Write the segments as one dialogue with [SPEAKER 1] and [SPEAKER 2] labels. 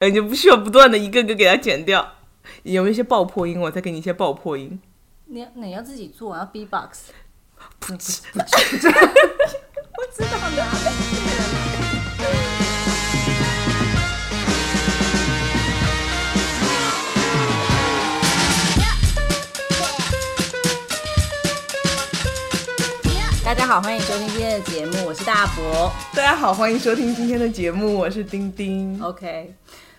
[SPEAKER 1] 然后你就不需要不断的一个个给它剪掉。有没有一些爆破音？我再给你一些爆破音。
[SPEAKER 2] 你你要自己做，要 B box。
[SPEAKER 1] 噗嗤
[SPEAKER 2] 我知道哪里去了。大家好，欢迎收听今天的节目，我是大伯。
[SPEAKER 1] 大家好，欢迎收听今天的节目，我是丁
[SPEAKER 2] 哦
[SPEAKER 1] 丁。
[SPEAKER 2] OK，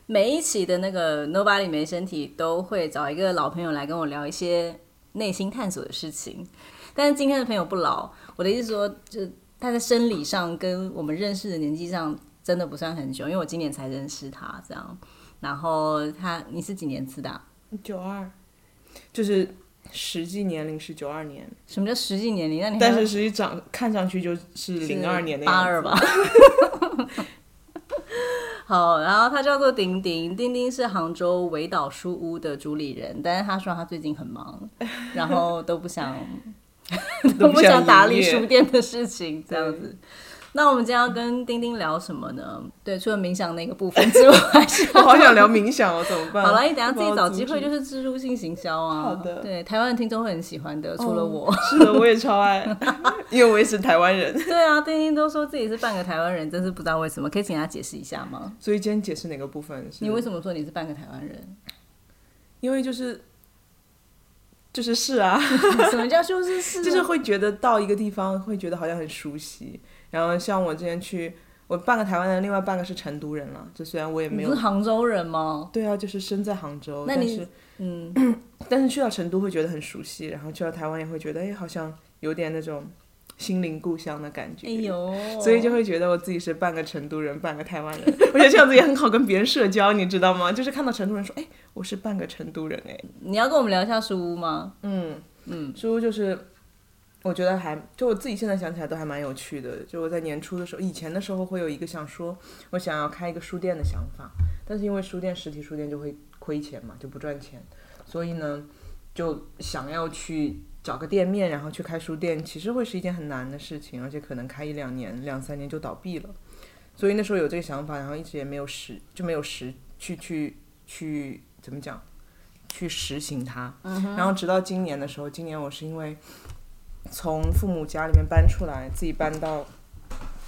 [SPEAKER 2] 每一期的那个 Nobody 没身体都会找一个老朋友来跟我聊一些内心探索的事情，但是今天的朋友不老，我的意思说，就他在生理上跟我们认识的年纪上真的不算很久，因为我今年才认识他这样。然后他，你是几年次的啊、
[SPEAKER 1] 九二，就是实际年龄是九二年，
[SPEAKER 2] 什么叫实际年龄？那你
[SPEAKER 1] 但是实际长看上去就是零二年的
[SPEAKER 2] 八
[SPEAKER 1] 样
[SPEAKER 2] 二
[SPEAKER 1] 子。
[SPEAKER 2] 吧。好，然后他叫做丁丁，丁丁是杭州维岛书屋的主理人，但是他说他最近很忙，然后都不 想
[SPEAKER 1] 都不
[SPEAKER 2] 不
[SPEAKER 1] 想
[SPEAKER 2] 想打理
[SPEAKER 1] 营业
[SPEAKER 2] 书店的事情，这样子。那我们今天要跟丁丁聊什么呢？对，除了冥想那个部分之外，还是
[SPEAKER 1] 我好想聊冥想哦，怎么办？
[SPEAKER 2] 好了，你等一下
[SPEAKER 1] 不
[SPEAKER 2] 自
[SPEAKER 1] 知道
[SPEAKER 2] 己找
[SPEAKER 1] 怎么
[SPEAKER 2] 机会，
[SPEAKER 1] 组
[SPEAKER 2] 就
[SPEAKER 1] 织
[SPEAKER 2] 是植入性行销啊。
[SPEAKER 1] 好的哦
[SPEAKER 2] 对，台湾的听众会很喜欢的，除了我。
[SPEAKER 1] 是的，我也超爱，因为我也是台湾人，
[SPEAKER 2] 对啊，丁丁都说自己是半个台湾人，真是不知道为什么，可以请他解释一下吗？
[SPEAKER 1] 所以今天解释哪个部分是？
[SPEAKER 2] 你为什么说你是半个台湾人？
[SPEAKER 1] 因为就是就是是啊，
[SPEAKER 2] 什么叫修饰 是？
[SPEAKER 1] 就是会觉得到一个地方会觉得好像很熟悉。然后像我之前去，我半个台湾人，另外半个是成都人了。就虽然我也没
[SPEAKER 2] 你
[SPEAKER 1] 有
[SPEAKER 2] 不是，杭州人吗？
[SPEAKER 1] 对啊，就是身在杭州，
[SPEAKER 2] 那
[SPEAKER 1] 但
[SPEAKER 2] 你
[SPEAKER 1] 是
[SPEAKER 2] 嗯，
[SPEAKER 1] 但是去到成都会觉得很熟悉，然后去到台湾也会觉得，哎，好像有点那种心灵故乡的感觉。
[SPEAKER 2] 哎呦，
[SPEAKER 1] 所以就会觉得我自己是半个成都人，半个台湾人。我觉得这样子也很好跟别人社交，你知道吗？就是看到成都人说，哎，我是半个成都人，哎，
[SPEAKER 2] 你要跟我们聊一下书屋吗？
[SPEAKER 1] 嗯，嗯，书就是我觉得还就我自己现在想起来都还蛮有趣的。就我在年初的时候，以前的时候会有一个想说我想要开一个书店的想法，但是因为书店实体书店就会亏钱嘛，就不赚钱，所以呢就想要去。找个店面，然后去开书店，其实会是一件很难的事情，而且可能开一两年、两三年就倒闭了。所以那时候有这个想法，然后一直也没有实，就没有实去去去怎么讲，去实行它。然后直到今年的时候，今年我是因为从父母家里面搬出来，自己搬到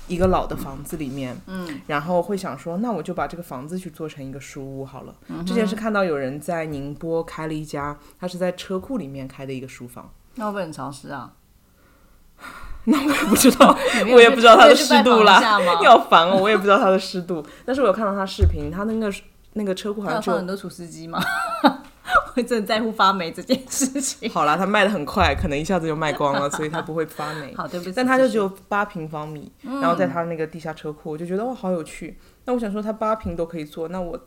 [SPEAKER 1] 一个老的房子里面，嗯，然后会想说，那我就把这个房子去做成一个书屋好了。
[SPEAKER 2] 嗯
[SPEAKER 1] 之前是看到有人在宁波开了一家，他是在车库里面开的一个书房，
[SPEAKER 2] 那会不会很潮湿啊？
[SPEAKER 1] 不知道，
[SPEAKER 2] 你没有
[SPEAKER 1] 我也
[SPEAKER 2] 去
[SPEAKER 1] 不知道它
[SPEAKER 2] 没
[SPEAKER 1] 的
[SPEAKER 2] 有去
[SPEAKER 1] 湿度
[SPEAKER 2] 拜
[SPEAKER 1] 啦
[SPEAKER 2] 访一下，吗
[SPEAKER 1] 你好烦哦，我也不知道它的湿度，但是我有看到他视频，他那个那个车库好
[SPEAKER 2] 他有
[SPEAKER 1] 像只
[SPEAKER 2] 放
[SPEAKER 1] 有
[SPEAKER 2] 很多除湿机吗？ 我真的在乎发霉这件事情。
[SPEAKER 1] 好啦，它卖的很快，可能一下子就卖光了，所以它不会发霉。
[SPEAKER 2] 好，对不起，
[SPEAKER 1] 但它就
[SPEAKER 2] 继续
[SPEAKER 1] 只有八平方米，然后在它那个地下车库，我就觉得哇，好有趣。那我想说，它八平都可以做，那我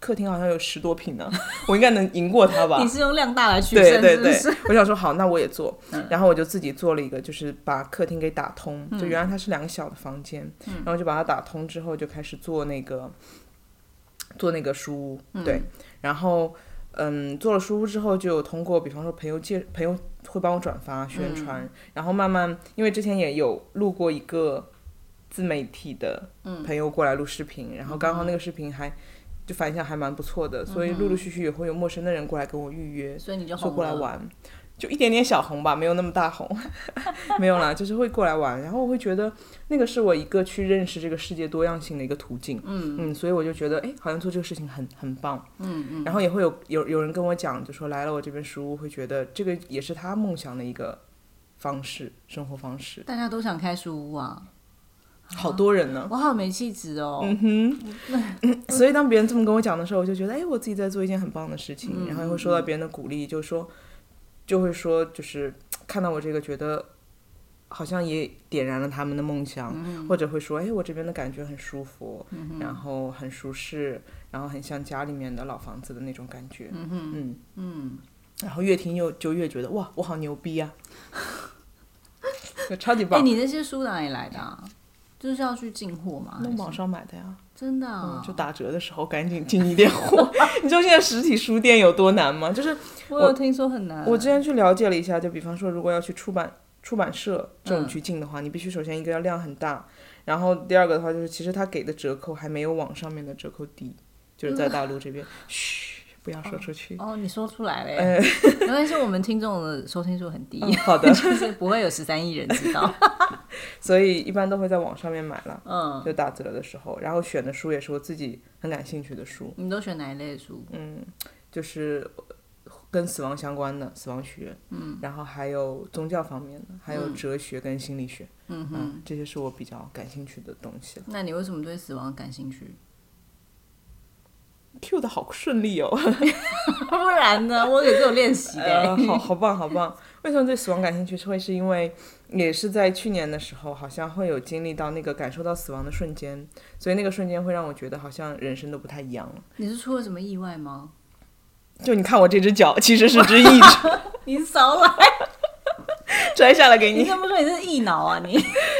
[SPEAKER 1] 客厅好像有十多平呢， 我应该能赢过它吧
[SPEAKER 2] 你？是用量大来取
[SPEAKER 1] 对
[SPEAKER 2] 胜，
[SPEAKER 1] 对
[SPEAKER 2] 是不
[SPEAKER 1] 对
[SPEAKER 2] 是？，嗯
[SPEAKER 1] 我想说好，那我也做，然后我就自己做了一个，就是把客厅给打通。
[SPEAKER 2] 嗯
[SPEAKER 1] 就原来它是两个小的房间，然后就把它打通之后，就开始做那个做那个书屋，
[SPEAKER 2] 嗯
[SPEAKER 1] 对，然后嗯，做了书屋之后，就有通过比方说朋友介朋友会帮我转发
[SPEAKER 2] 嗯
[SPEAKER 1] 宣传，然后慢慢因为之前也有录过一个自媒体的
[SPEAKER 2] 嗯
[SPEAKER 1] 朋友过来录视频，然后刚好那个视频还。就反响还蛮不错的，所以
[SPEAKER 2] 嗯
[SPEAKER 1] 陆陆续续也会有陌生的人过来跟我预约，
[SPEAKER 2] 所以你就
[SPEAKER 1] 说
[SPEAKER 2] 红
[SPEAKER 1] 过来
[SPEAKER 2] 了。
[SPEAKER 1] 玩，就一点点小红吧，没有那么大红， 没有啦，就是会过来玩。然后我会觉得那个是我一个去认识这个世界多样性的一个途径，嗯所以我就觉得哎，好像做这个事情很很棒，嗯嗯。然后也会有有有人跟我讲，就说来了我这边书屋，会觉得这个也是他梦想的一个方式，生活方式。
[SPEAKER 2] 大家都想开书屋啊！
[SPEAKER 1] 好多人呢，
[SPEAKER 2] 我好没气质哦。
[SPEAKER 1] 嗯所以当别人这么跟我讲的时候，我就觉得哎，我自己在做一件很棒的事情，然后也会受到别人的鼓励，就说就会说就是看到我这个觉得。好像也点燃了他们的梦想，或者会说，哎，我这边的感觉很舒服，然后很舒适，然后很像家里面的老房子的那种感觉，嗯嗯然后越听又就越觉得，哇，我好牛逼啊， 就超级
[SPEAKER 2] 哎、
[SPEAKER 1] 棒，
[SPEAKER 2] 你那些书哪里来的、啊？就是要去进货吗？
[SPEAKER 1] 那
[SPEAKER 2] 还是
[SPEAKER 1] 网上买的呀，
[SPEAKER 2] 真的、
[SPEAKER 1] 嗯
[SPEAKER 2] 啊，
[SPEAKER 1] 就打折的时候赶紧进一点货。 你知道现在实体书店有多难吗？就是
[SPEAKER 2] 我有听说很难。啊
[SPEAKER 1] 我之前去了解了一下，就比方说，如果要去出版出版社这种去进的话，你必须首先一个要量很大，然后第二个的话就是，其实他给的折扣还没有网上面的折扣低。就是在大陆这边，嘘，不要说出去。
[SPEAKER 2] 哦，你说出来了
[SPEAKER 1] 呃
[SPEAKER 2] 耶，没关系，我们听众的收听数很低，
[SPEAKER 1] 嗯 好的
[SPEAKER 2] 就是不会有十三亿人知道。
[SPEAKER 1] 所以一般都会在网上面买了，
[SPEAKER 2] 嗯，
[SPEAKER 1] 就打折的时候，然后选的书也是我自己很感兴趣的书，
[SPEAKER 2] 你们都选哪一类的书？
[SPEAKER 1] 嗯，就是跟死亡相关的死亡学，嗯，然后还有宗教方面的，还有哲学跟心理学，
[SPEAKER 2] 嗯哼，
[SPEAKER 1] 嗯，这些是我比较感兴趣的东西了。
[SPEAKER 2] 那你为什么对死亡感兴趣？
[SPEAKER 1] Q 的好顺利哦，
[SPEAKER 2] 不然呢？我也是有练习的欸耶。
[SPEAKER 1] 呃，好好棒好棒。为什么对死亡感兴趣？是会是因为也是在去年的时候，好像会有经历到那个感受到死亡的瞬间，所以那个瞬间会让我觉得好像人生都不太一样了。
[SPEAKER 2] 你是出了什么意外吗？
[SPEAKER 1] 就你看我这只脚其实是只一 只
[SPEAKER 2] 你少来！
[SPEAKER 1] 摘下来给
[SPEAKER 2] 你
[SPEAKER 1] 你，
[SPEAKER 2] 怎么说你是异脑啊？ 你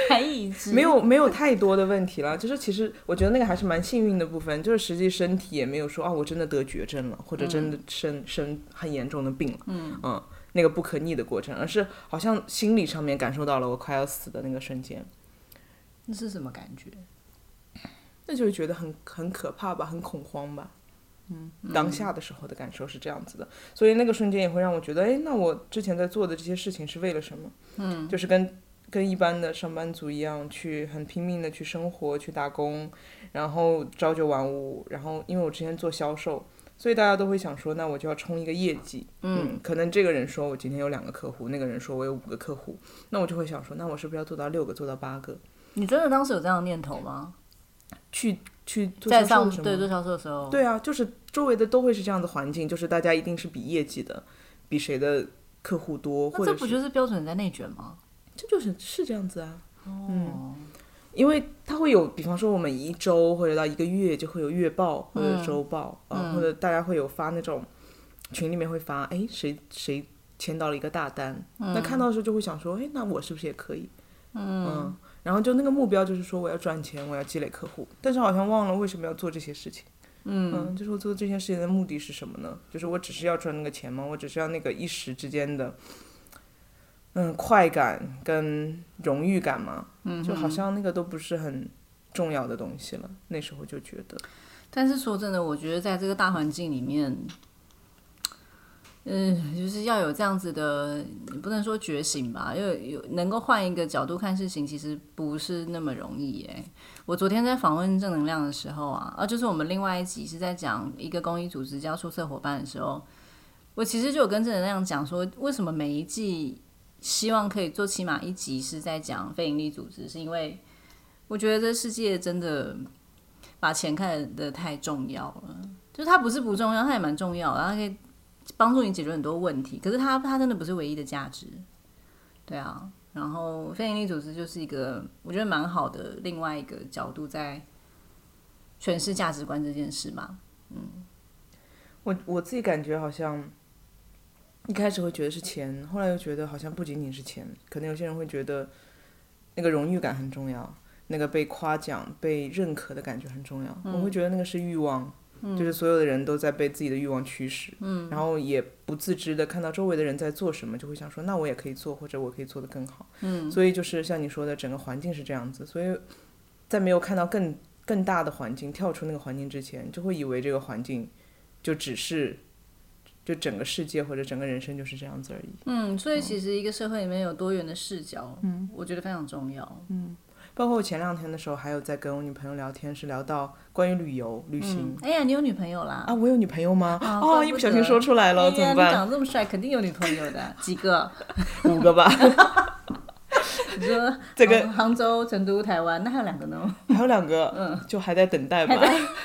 [SPEAKER 2] 还一只
[SPEAKER 1] 没？有没有太多的问题了。就是其实我觉得那个还是蛮幸运的部分，就是实际身体也没有说啊，我真的得绝症了，或者真的生、生很严重的病了，嗯那个不可逆的过程，而是好像心理上面感受到了我快要死的那个瞬间。
[SPEAKER 2] 那是什么感觉？
[SPEAKER 1] 那就会觉得很很可怕吧，很恐慌吧。嗯，当下的时候的感受是这样子的，所以那个瞬间也会让我觉得，哎，那我之前在做的这些事情是为了什么？嗯，就是跟跟一般的上班族一样，去很拼命的去生活，去打工，然后朝九晚五，然后因为我之前做销售，所以大家都会想说，那我就要冲一个业绩。嗯，可能这个人说我今天有两个客户，那个人说我有五个客户，那我就会想说，那我是不是要做到六个，做到八个？
[SPEAKER 2] 你真的当时有这样的念头吗？
[SPEAKER 1] 去去做销
[SPEAKER 2] 在
[SPEAKER 1] 售的
[SPEAKER 2] 上
[SPEAKER 1] 时候
[SPEAKER 2] 对做销售的时候，
[SPEAKER 1] 对啊，就是周围的都会是这样的环境，就是大家一定是比业绩的，比谁的客户多，
[SPEAKER 2] 那
[SPEAKER 1] 或
[SPEAKER 2] 这
[SPEAKER 1] 者
[SPEAKER 2] 不
[SPEAKER 1] 是
[SPEAKER 2] 就是标准在内卷吗？
[SPEAKER 1] 这就是是这样子啊。
[SPEAKER 2] 哦，
[SPEAKER 1] 因为它会有，比方说我们一周或者到一个月就会有月报或者周报啊、或者大家会有发那种群里面会发，哎，谁谁签到了一个大单，那看到的时候就会想说，哎，那我是不是也可以？嗯然后就那个目标就是说我要赚钱，我要积累客户，但是好像忘了为什么要做这些事情。嗯就是我做这件事情的目的是什么呢？就是我只是要赚那个钱吗？我只是要那个一时之间的，嗯，快感跟荣誉感吗？就好像那个都不是很重要的东西了。那时候就觉得，
[SPEAKER 2] 但是说真的，我觉得在这个大环境里面，嗯，就是要有这样子的，你不能说觉醒吧，因为有能够换一个角度看事情，其实不是那么容易耶。我昨天在访问正能量的时候啊，啊，就是我们另外一集是在讲一个公益组织叫出色伙伴的时候，我其实就有跟正能量讲说，为什么每一季希望可以做起码一集是在讲非营利组织，是因为我觉得这世界真的把钱看得太重要了，就是它不是不重要，它也蛮重要的，然后它可以帮助你解决很多问题，可是它它真的不是唯一的价值，对啊。然后非营利组织就是一个我觉得蛮好的另外一个角度在诠释价值观这件事嘛，
[SPEAKER 1] 我我自己感觉好像一开始会觉得是钱，后来又觉得好像不仅仅是钱，可能有些人会觉得那个荣誉感很重要，那个被夸奖、被认可的感觉很重要。我会觉得那个是欲望。就是所有的人都在被自己的欲望驱使，嗯，然后也不自知的看到周围的人在做什么，就会想说，那我也可以做，或者我可以做得更好，嗯，所以就是像你说的，整个环境是这样子，所以在没有看到更更大的环境，跳出那个环境之前，就会以为这个环境就只是就整个世界或者整个人生就是这样子而已。
[SPEAKER 2] 嗯，所以其实一个社会里面有多元的视角，嗯，我觉得非常重要。
[SPEAKER 1] 包括我前两天的时候，还有在跟我女朋友聊天，是聊到关于旅游、旅行、
[SPEAKER 2] 嗯，哎呀，你有女朋友啦？
[SPEAKER 1] 啊，我有女朋友吗？
[SPEAKER 2] 啊怪
[SPEAKER 1] 哦，
[SPEAKER 2] 不
[SPEAKER 1] 一不小心
[SPEAKER 2] 得
[SPEAKER 1] 说出来了，
[SPEAKER 2] 哎
[SPEAKER 1] 怎
[SPEAKER 2] 呀
[SPEAKER 1] 么
[SPEAKER 2] 你
[SPEAKER 1] 办？
[SPEAKER 2] 长这么帅，肯定有女朋友的，几个？
[SPEAKER 1] 五个吧，
[SPEAKER 2] 你说
[SPEAKER 1] 这个
[SPEAKER 2] 杭杭州、成都、台湾，那还有两个呢。
[SPEAKER 1] 还有两个，嗯，就还在等待吧，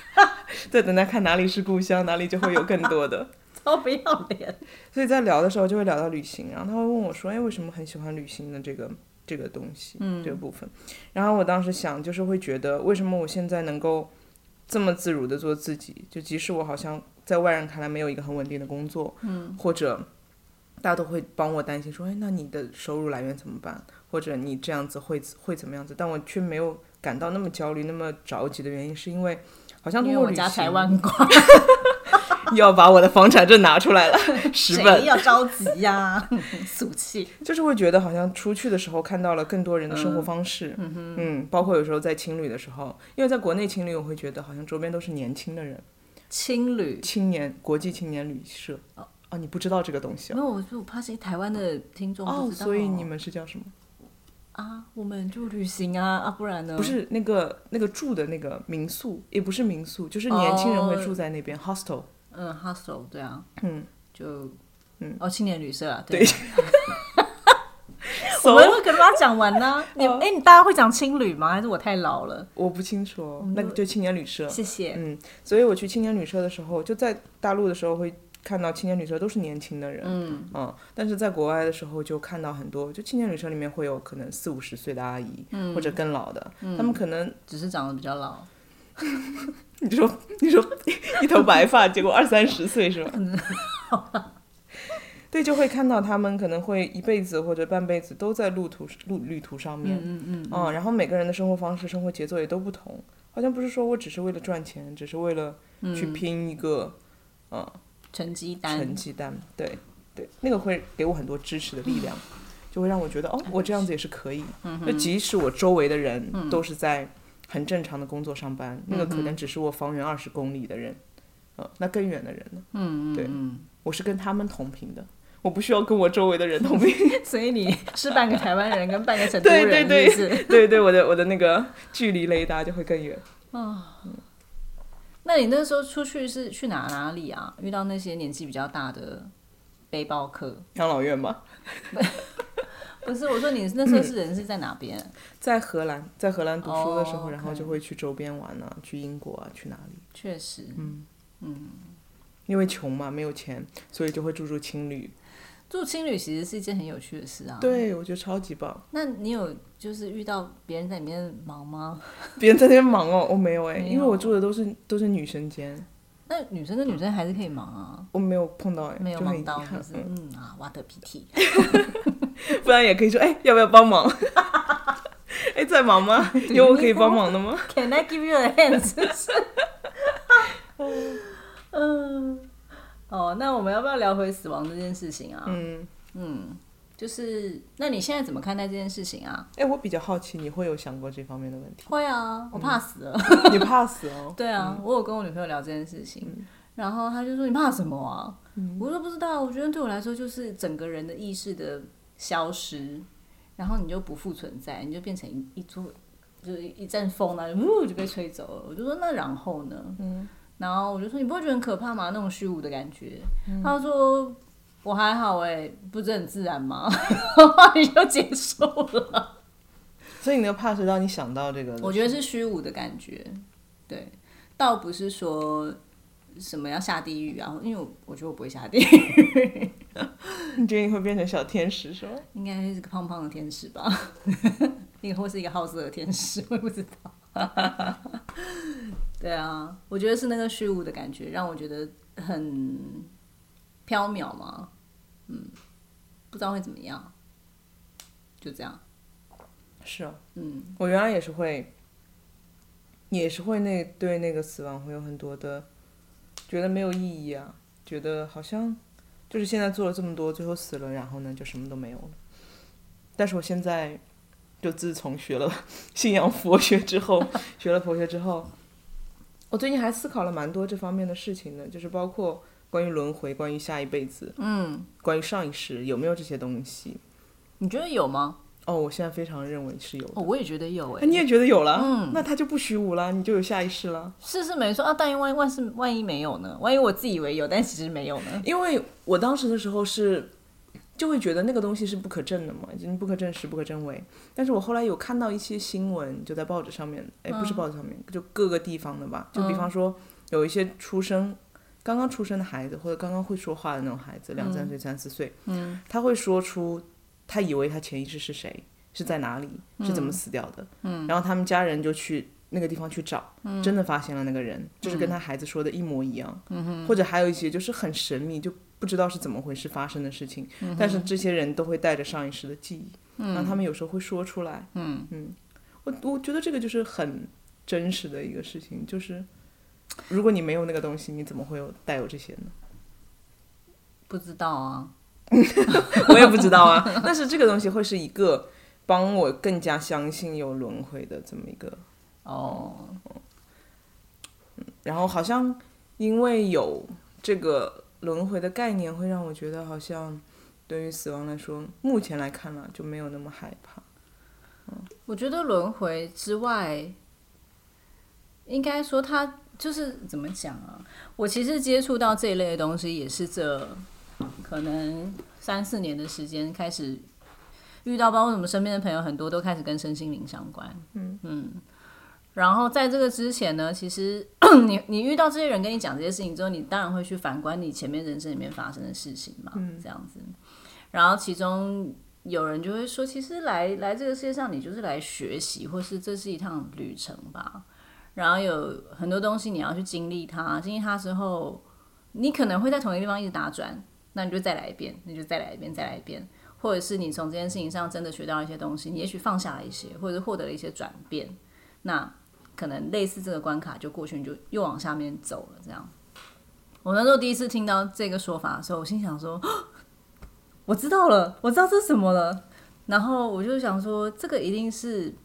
[SPEAKER 1] 在等待看哪里是故乡，哪里就会有更多的。
[SPEAKER 2] 超不要脸！
[SPEAKER 1] 所以在聊的时候就会聊到旅行，然后他会问我说：“哎，为什么很喜欢旅行的这个这个东西，
[SPEAKER 2] 嗯
[SPEAKER 1] 这个部分？”然后我当时想，就是会觉得为什么我现在能够这么自如的做自己，就即使我好像在外人看来没有一个很稳定的工作，嗯，或者大家都会帮我担心说：“哎，那你的收入来源怎么办？或者你这样子会会怎么样子？”但我却没有感到那么焦虑、那么着急的原因，是因为好像通
[SPEAKER 2] 因为
[SPEAKER 1] 过
[SPEAKER 2] 我
[SPEAKER 1] 旅
[SPEAKER 2] 家财
[SPEAKER 1] 行
[SPEAKER 2] 万 贯，
[SPEAKER 1] 要把我的房产证拿出来了，十本
[SPEAKER 2] 谁。要着急呀、 俗气。
[SPEAKER 1] 就是会觉得好像出去的时候看到了更多人的生活方式，嗯包括有时候在青旅的时候，因为在国内青旅，我会觉得好像周边都是年轻的人，
[SPEAKER 2] 青旅。
[SPEAKER 1] 青年国际青年旅社。哦，你不知道这个东西
[SPEAKER 2] 没
[SPEAKER 1] 啊？
[SPEAKER 2] 有，我就我怕是台湾的听众
[SPEAKER 1] 哦，
[SPEAKER 2] 不知道
[SPEAKER 1] 所以你们是叫什么？
[SPEAKER 2] 啊，我们就旅行啊啊，不然呢？
[SPEAKER 1] 不是那个那个住的那个民宿，也不是民宿，就是年轻人会住在那边、hostel。
[SPEAKER 2] 嗯，hostel 对啊，
[SPEAKER 1] 嗯，
[SPEAKER 2] 就
[SPEAKER 1] 嗯
[SPEAKER 2] 哦，青年旅社啊，
[SPEAKER 1] 对
[SPEAKER 2] 对， 我们
[SPEAKER 1] So-
[SPEAKER 2] 会跟大家讲完呢。你
[SPEAKER 1] 哦
[SPEAKER 2] 哎，你大家会讲青旅吗？还是我太老了？
[SPEAKER 1] 我不清楚哦，那个就青年旅社。
[SPEAKER 2] 谢谢。
[SPEAKER 1] 嗯，所以我去青年旅社的时候，就在大陆的时候会看到青年旅社都是年轻的人。
[SPEAKER 2] 嗯，
[SPEAKER 1] 嗯，但是在国外的时候就看到很多，就青年旅社里面会有可能四五十岁的阿姨，或者更老的，他们可能
[SPEAKER 2] 只是长得比较老，
[SPEAKER 1] 你说你说一头白发，结果二三十岁是吧？ 对，就会看到他们可能会一辈子或者半辈子都在路途路旅途上面，嗯嗯然后每个人的生活方式、生活节奏也都不同，好像不是说我只是为了赚钱，只是为了去拼一个
[SPEAKER 2] 嗯成绩单
[SPEAKER 1] 成绩单，对对，那个会给我很多支持的力量，
[SPEAKER 2] 嗯
[SPEAKER 1] 就会让我觉得哦，
[SPEAKER 2] 啊
[SPEAKER 1] 我这样子也是可以，就即使我周围的人
[SPEAKER 2] 嗯
[SPEAKER 1] 都是在很正常的工作上班，那个可能只是我方圆二十公里的人，呃，那更远的人呢？
[SPEAKER 2] 嗯，嗯
[SPEAKER 1] 对
[SPEAKER 2] 嗯，
[SPEAKER 1] 我是跟他们同频的，我不需要跟我周围的人同频。
[SPEAKER 2] 所以你是半个台湾人跟半个成都
[SPEAKER 1] 对
[SPEAKER 2] 人，
[SPEAKER 1] 对对
[SPEAKER 2] 是不是？
[SPEAKER 1] 对对，我的我的那个距离雷达就会更远。
[SPEAKER 2] 那你那时候出去是去哪哪里啊？遇到那些年纪比较大的背包客？
[SPEAKER 1] 养老院吧，
[SPEAKER 2] 不是，我说你那时候是人是在哪边？
[SPEAKER 1] 在荷兰，在荷兰读书的时候
[SPEAKER 2] 哦
[SPEAKER 1] 然后
[SPEAKER 2] OK
[SPEAKER 1] 就会去周边玩啊，去英国啊，去哪里？
[SPEAKER 2] 确实，
[SPEAKER 1] 嗯因为穷嘛，没有钱，所以就会住住青旅。
[SPEAKER 2] 住青旅其实是一件很有趣的事啊。，
[SPEAKER 1] 对，我觉得超级棒。
[SPEAKER 2] 那你有就是遇到别人在里面忙吗？
[SPEAKER 1] 别人在那边忙哦，我没有哎、
[SPEAKER 2] 没有
[SPEAKER 1] 因为我住的都是都是女生间，
[SPEAKER 2] 那女生跟女生还是可以忙啊，
[SPEAKER 1] 我没有碰到哎、
[SPEAKER 2] 没有
[SPEAKER 1] 就很
[SPEAKER 2] 忙到
[SPEAKER 1] 遗
[SPEAKER 2] 就
[SPEAKER 1] 憾
[SPEAKER 2] 是嗯啊，挖的鼻涕。
[SPEAKER 1] 不然也可以说哎、要不要帮忙？ 哎、在忙吗？有我可以帮忙的 吗？
[SPEAKER 2] Can I give you a hand？是不是？ 嗯，哦，那我们要不要聊回死亡这件事情啊？
[SPEAKER 1] 嗯，
[SPEAKER 2] 嗯，就是那你现在怎么看待这件事情啊？
[SPEAKER 1] 哎、我比较好奇，你会有想过这方面的问题？
[SPEAKER 2] 会啊，我怕死了。
[SPEAKER 1] 你怕死哦？
[SPEAKER 2] 对啊，我有跟我女朋友聊这件事情，然后她就说你怕什么啊？我说不知道，我觉得对我来说就是整个人的意识的消失，然后你就不复存在，你就变成一一座就是一阵风啊，呜就被吹走了。我就说那然后呢？然后我就说你不会觉得很可怕吗？那种虚无的感觉。她就说。我还好哎、不是很自然吗？ 然后你就结束了。
[SPEAKER 1] 所以你那个怕是让你想到这个的，
[SPEAKER 2] 我觉得是虚无的感觉，对，倒不是说什么要下地狱啊，因为我我觉得我不会下地狱，
[SPEAKER 1] 你觉得你会变成小天使是吗？
[SPEAKER 2] 应该是个胖胖的天使吧， 你或是一个好色的天使， 我也不知道。 对啊，我觉得是那个虚无的感觉，让我觉得很飘渺嘛，嗯，不知道会怎么样，就这样。
[SPEAKER 1] 是啊，
[SPEAKER 2] 嗯，
[SPEAKER 1] 我原来也是会，也是会那对那个死亡会有很多的觉得没有意义啊，觉得好像就是现在做了这么多，最后死了，然后呢就什么都没有了。但是我现在就自从学了 信仰佛学之后，学了佛学之后，我最近还思考了蛮多这方面的事情呢，就是包括关于轮回、关于下一辈子、
[SPEAKER 2] 嗯，
[SPEAKER 1] 关于上一世有没有这些东西。
[SPEAKER 2] 你觉得有吗？
[SPEAKER 1] 哦，我现在非常认为是有的。
[SPEAKER 2] 哦，我也觉得有哎、
[SPEAKER 1] 啊你也觉得有了，那他就不虚无了，你就有下一世了。
[SPEAKER 2] 是是没错啊，但万一万是万一没有呢？万一我自以为有，但其实没有呢？
[SPEAKER 1] 因为我当时的时候是，就会觉得那个东西是不可证的嘛，就是不可证实、不可证伪。但是我后来有看到一些新闻，就在报纸上面，哎，不是报纸上面，就各个地方的吧，就比方说有一些出生。刚刚出生的孩子，或者刚刚会说话的那种孩子，两三岁、三四岁，嗯，他会说出他以为他潜意识是谁，是在哪里，是怎么死掉的，嗯，然后他们家人就去那个地方去找，真的发现了那个人，就是跟他孩子说的一模一样，或者还有一些就是很神秘，就不知道是怎么回事发生的事情，但是这些人都会带着上一世的记忆，然后他们有时候会说出来，嗯我我觉得这个就是很真实的一个事情，就是如果你没有那个东西，你怎么会有带有这些呢？
[SPEAKER 2] 不知道啊，
[SPEAKER 1] 我也不知道啊，但是这个东西会是一个帮我更加相信有轮回的这么一个
[SPEAKER 2] 哦，
[SPEAKER 1] 然后好像因为有这个轮回的概念，会让我觉得好像对于死亡来说，目前来看呢、就没有那么害怕。
[SPEAKER 2] 我觉得轮回之外，应该说它就是怎么讲啊？我其实接触到这一类的东西也是这可能三四年的时间开始遇到，包括我们身边的朋友很多都开始跟身心灵相关。嗯然后在这个之前呢，其实 你你遇到这些人跟你讲这些事情之后，你当然会去反观你前面人生里面发生的事情嘛，这样子。然后其中有人就会说，其实来来这个世界上，你就是来学习，或是这是一趟旅程吧。然后有很多东西你要去经历它，经历它之后，你可能会在同一个地方一直打转，那你就再来一遍，那你就再来一遍，再来一遍，或者是你从这件事情上真的学到一些东西，你也许放下了一些，或者是获得了一些转变，那可能类似这个关卡就过去，你就又往下面走了。这样，我那时候第一次听到这个说法的时候，我心想说，我知道了，我知道这是什么了。然后我就想说，这个一定是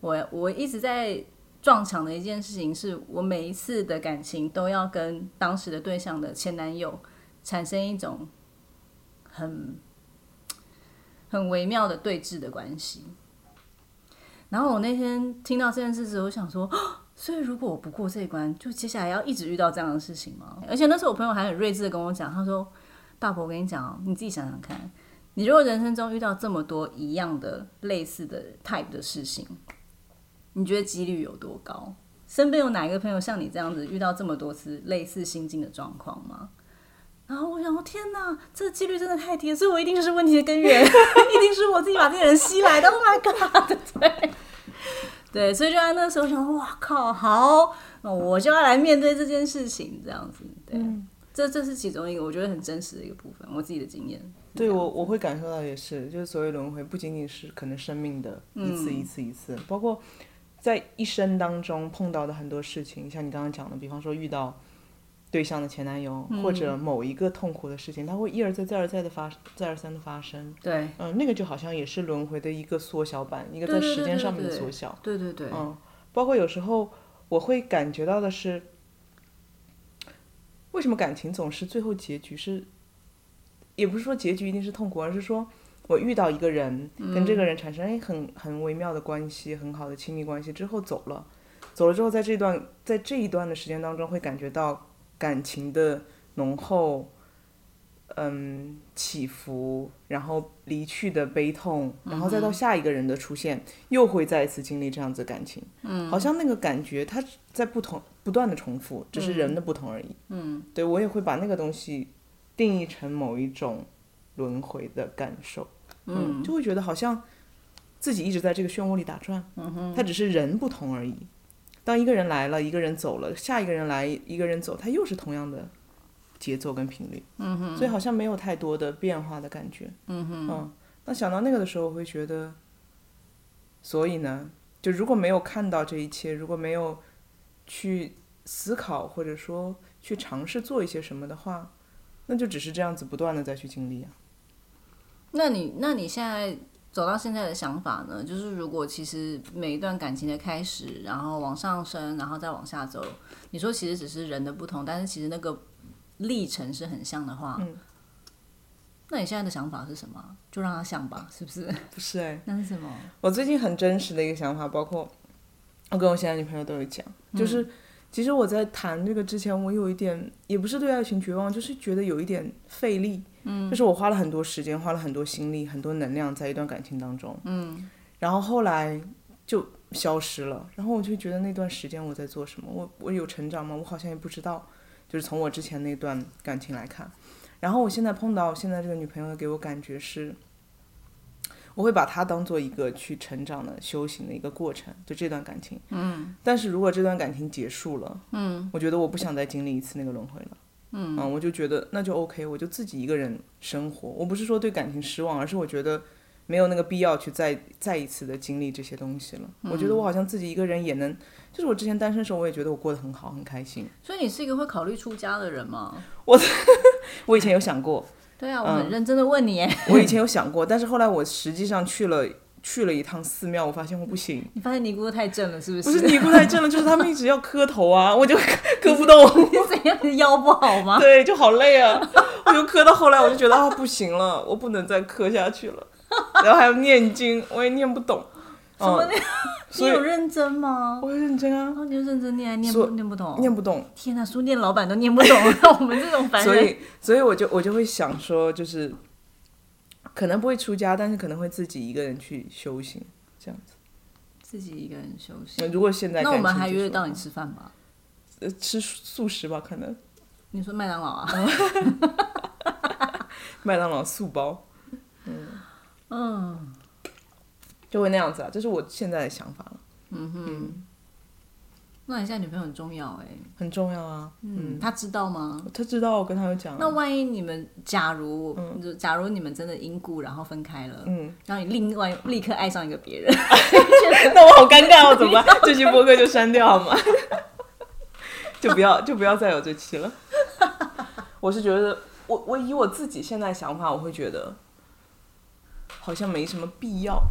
[SPEAKER 2] 我我一直在撞墙的一件事情，是我每一次的感情都要跟当时的对象的前男友产生一种很很微妙的对峙的关系。然后我那天听到这件事之后，我想说， 所以如果我不过这一关，就接下来要一直遇到这样的事情吗？而且那时候我朋友还很睿智的跟我讲，他说：“大伯，我跟你讲哦，你自己想想看，你如果人生中遇到这么多一样的、类似的 type 的事情，你觉得几率有多高？身边有哪一个朋友像你这样子遇到这么多次类似心境的状况吗？”然后我想说，天哪，这个几率真的太低了，所以我一定就是问题的根源，一定是我自己把这个人吸来的。Oh my god！对，对，所以就在那时候想，哇靠，好，那我就要来面对这件事情，这样子。对，这这是其中一个我觉得很真实的一个部分，我自己的经验。
[SPEAKER 1] 对我我会感受到也是，就是所谓轮回，不仅仅是可能生命的一次一次一次，包括在一生当中碰到的很多事情，像你刚刚讲的，比方说遇到对象的前男友，或者某一个痛苦的事情，它会一而再、再而再的发、再而三的发生。
[SPEAKER 2] 对，
[SPEAKER 1] 嗯、那个就好像也是轮回的一个缩小版，一个在
[SPEAKER 2] 对对
[SPEAKER 1] 时间
[SPEAKER 2] 对
[SPEAKER 1] 上面的
[SPEAKER 2] 对
[SPEAKER 1] 缩小。
[SPEAKER 2] 对对对，
[SPEAKER 1] 嗯，包括有时候我会感觉到的是，为什么感情总是最后结局是，也不是说结局一定是痛苦，而是说我遇到一个人，跟这个人产生哎很很微妙的关系，很好的亲密关系之后走了，走了之后，在这段在这一段的时间当中，会感觉到感情的浓厚。嗯，起伏，然后离去的悲痛，然后再到下一个人的出现，又会再一次经历这样子的感情，嗯，好像那个感觉它在不同不断的重复，只是人的不同而已，嗯，对我也会把那个东西定义成某一种轮回的感受，嗯，就会觉得好像自己一直在这个漩涡里打转，嗯哼，它只是人不同而已。当一个人来了，一个人走了，下一个人来，一个人走，它又是同样的节奏跟频率，嗯哼，所以好像没有太多的变化的感觉，嗯哼，嗯，那想到那个的时候，我会觉得。所以呢，就如果没有看到这一切，如果没有去思考或者说去尝试做一些什么的话，那就只是这样子不断的再去经历啊。
[SPEAKER 2] 那你那你现在走到现在的想法呢？就是如果其实每一段感情的开始，然后往上升，然后再往下走，你说其实只是人的不同，但是其实那个历程是很像的话，那你现在的想法是什么？就让它像吧，是不是？
[SPEAKER 1] 不是哎，
[SPEAKER 2] 那是什么？
[SPEAKER 1] 我最近很真实的一个想法，包括我跟我现在女朋友都有讲，就是、其实我在谈这个之前，我有一点也不是对爱情绝望，就是觉得有一点费力。嗯，就是我花了很多时间，花了很多心力，很多能量在一段感情当中。嗯，然后后来就消失了，然后我就觉得那段时间我在做什么，我我有成长吗？我好像也不知道。就是从我之前那段感情来看，然后我现在碰到现在这个女朋友，给我感觉是，我会把它当做一个去成长的、修行的一个过程，就这段感情。嗯。但是如果这段感情结束了，嗯，我觉得我不想再经历一次那个轮回了。嗯。我就觉得那就 OK，我就自己一个人生活。我不是说对感情失望，而是我觉得没有那个必要去再再一次的经历这些东西了。我觉得我好像自己一个人也能，就是我之前单身的时候，我也觉得我过得很好，很开心。
[SPEAKER 2] 所以你是一个会考虑出家的人吗？
[SPEAKER 1] 我以前有想过， 嗯
[SPEAKER 2] 对啊，我很认真的问你耶。
[SPEAKER 1] 我以前有想过，但是后来我实际上去了去了一趟寺庙，我发现我不行，
[SPEAKER 2] 你发现尼姑都太正了，是不
[SPEAKER 1] 不
[SPEAKER 2] 是？
[SPEAKER 1] 是尼姑太正了，就是他们一直要磕头啊， 我就磕 磕不动，
[SPEAKER 2] 你 怎样？你腰不好吗？
[SPEAKER 1] 对，就好累啊， 我就磕到后来，我就觉得啊不行了，我不能再磕下去了， 然后还有念经，我也念不懂，
[SPEAKER 2] 什么
[SPEAKER 1] 嗯，
[SPEAKER 2] 那？你
[SPEAKER 1] 以
[SPEAKER 2] 有认真吗？
[SPEAKER 1] 我认真啊
[SPEAKER 2] 然，后你就认真念，念不
[SPEAKER 1] 所
[SPEAKER 2] 念不懂？
[SPEAKER 1] 念不懂，
[SPEAKER 2] 天呐，书店老板都念不懂， 那我们这种凡
[SPEAKER 1] 所
[SPEAKER 2] 人，
[SPEAKER 1] 以，所以我就我就会想说，就是可能不会出家，但是可能会自己一个人去修行，这样子。
[SPEAKER 2] 自己一个人休息
[SPEAKER 1] 那。如果现在
[SPEAKER 2] 那我们
[SPEAKER 1] 感情
[SPEAKER 2] 还
[SPEAKER 1] 就
[SPEAKER 2] 约得
[SPEAKER 1] 说
[SPEAKER 2] 到你吃饭吧？
[SPEAKER 1] 呃吃素食吧，可能
[SPEAKER 2] 你说麦当劳 啊？
[SPEAKER 1] 麦当劳素包
[SPEAKER 2] 嗯
[SPEAKER 1] 就会那样子啊，这是我现在的想法了，
[SPEAKER 2] 嗯哼，那你现在女朋友很重要哎，
[SPEAKER 1] 很重要啊。
[SPEAKER 2] 嗯，她知道吗？
[SPEAKER 1] 他知道我跟他有讲啊，
[SPEAKER 2] 那万一你们假如就假如你们真的因故然后分开了，
[SPEAKER 1] 嗯，
[SPEAKER 2] 然后你另外立刻爱上一个别 人，
[SPEAKER 1] 那我好尴尬，我怎么办？这期播客就删掉好吗？ 就不要就不要再有这期了。我是觉得，我我以我自己现在想法，我会觉得好像没什么必要。